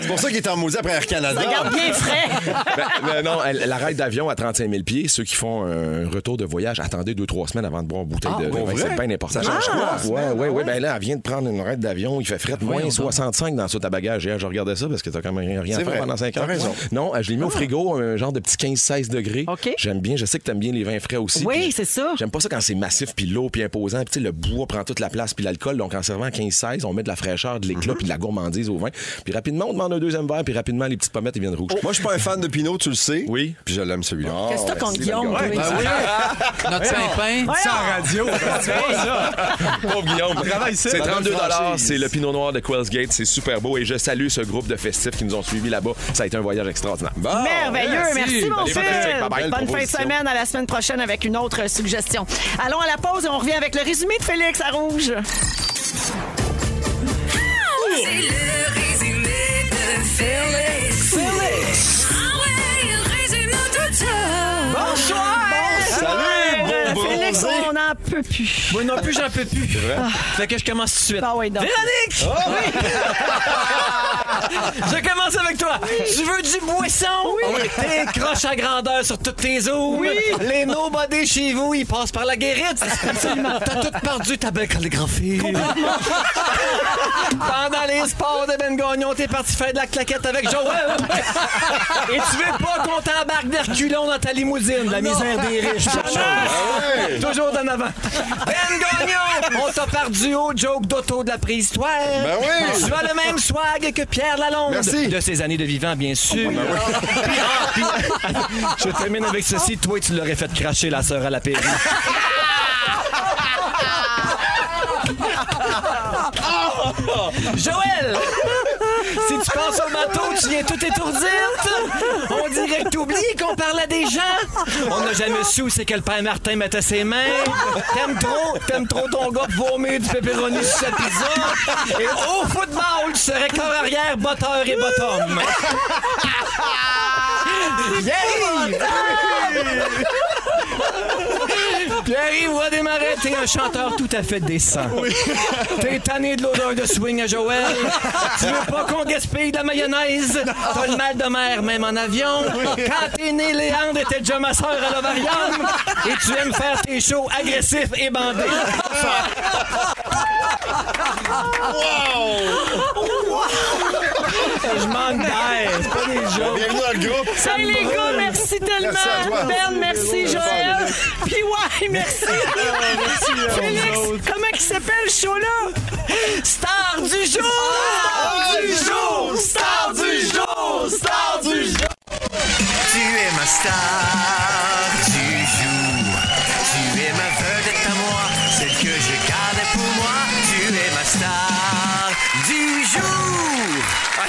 C: C'est pour ça qu'il est en maudit après Air Canada.
B: Regarde bien frais.
M: Ben, ben non, elle- la ride d'avion à 35 000 pieds, ceux qui font un retour de voyage, attendez deux, trois semaines avant de boire une bouteille
N: Ah,
M: de
N: pour
M: vin.
N: vrai?
M: C'est bien
N: Ça
M: important.
N: change
M: Ah,
N: quoi?
M: Ouais, ouais, ouais. Ben là, elle vient de prendre une ride d'avion. Il fait fret
N: Voyons
M: moins
N: donc.
M: 65 dans ça, ta bagage. Hier, je regardais ça parce que t'as quand même rien à
N: C'est
M: faire
N: vrai.
M: pendant 5
N: T'as
M: heures.
N: raison. Ah.
M: Non, je l'ai mis au frigo, un genre de petit 15-16 degrés. J'aime bien. Je sais que t'aimes bien les vins frais aussi.
B: Oui, c'est ça.
M: J'aime pas ça quand c'est massif, puis l'eau, puis imposant. Puis tu sais, le bois prend toute la place, puis l'alcool. Donc, en servant 15-16, on met de la fraîcheur, de l'éclat,
N: Mhm.
M: puis de la gourmandise au vin. Puis rapidement, on demande un deuxième verre, puis rapidement, les petites pommettes, elles viennent rouges.
B: Oh,
C: Moi, je suis pas un fan de Pinot, tu le sais.
M: Oui. Ah,
C: Puis je l'aime celui-là.
B: Qu'est-ce que t'as contre Guillaume,
C: Ouais,
B: toi?
C: ben oui.
O: Notre
M: Saint-Pain.
F: Sans radio.
M: C'est pas ça. Pauvre Guillaume.
F: Ah, Travaille ici.
M: C'est 32
F: Franchise.
M: c'est le Pinot Noir de Quells Gate. C'est super beau et je salue ce groupe de festifs qui nous ont suivis là-bas. Ça a été un voyage extraordinaire. Bon,
B: Merveilleux, merci, mon
M: Allez,
B: fils.
M: fantastique. Bye bye,
B: Bonne fin de
M: proposition.
B: semaine, à la semaine prochaine avec une autre suggestion. Allons à la pause et on revient avec le résumé de Félix à Rouge.
D: C'est le résumé de Félix. Félix. Ah ouais, il résume tout ça.
B: Bonsoir.
D: Salut, bon
B: Félix,
D: bronzé.
B: on n'en peut plus.
E: Moi non plus, j'en peux plus.
M: vrai?
E: Fait que je commence tout de suite.
B: Ah oui, donc.
E: Véronique! Oui! je commence avec toi. Tu veux du boisson? Oui. T'écroches à grandeur sur toutes tes eaux. Oui. Les nobody chez vous, ils passent par la guérite. T'as tout perdu ta belle calligraphie. Pendant les sports de Ben Gagnon, t'es parti faire de la claquette avec Joël. *laughs* Et tu veux pas qu'on t'embarque des reculons dans ta limousine. La misère des riches. Pierre Charles. Toujours d'en avant. Ben Gagnon, on t'a perdu au joke d'auto de la préhistoire.
D: Ben oui.
E: Tu as le même swag que Pierre Lalonde.
D: Merci. ben
E: De ses années de vivant, bien sûr. Puis, ah, puis, je termine avec ceci. Toi, tu l'aurais fait cracher la sœur à la pairie.
D: Ah!
E: Joël! Si tu passes au bateau, tu viens tout étourdite. On dirait que t'oublies qu'on parlait des gens. On n'a jamais su où c'est que le père Martin mettait ses mains. T'aimes trop, t'aimes trop ton gars pour vomir du pepperoni sur sa pizza. Et au football, tu serais corps arrière, botteur et bottom. Pierre-Yves! Pierre-Yves Roy-Desmarais, t'es un chanteur tout à fait décent. T'es tanné de l'odeur de swing à Joël. tu veux pas qu'on gaspille de la mayonnaise. T'as le mal de mer, même en avion. Quand t'es né, Léandre était déjà ma sœur à l'ovarium. Et tu aimes faire tes shows agressifs et bandés. Je manque d'air. C'est pas des jokes.
D: Bienvenue dans le groupe.
B: Hey, les gars, merci tellement.
D: Merci à toi.
B: Ben, merci Joël. Puis ouais,
D: *laughs*
B: merci.
D: Ah, Merci à vous
B: Félix, comment il s'appelle le show-là? Star du jour!
D: Star du jour! Star du jour! Star du jour! Tu es ma star du jour. Tu es ma vedette à moi, celle que je gardais pour moi. Tu es ma star du jour. Ah,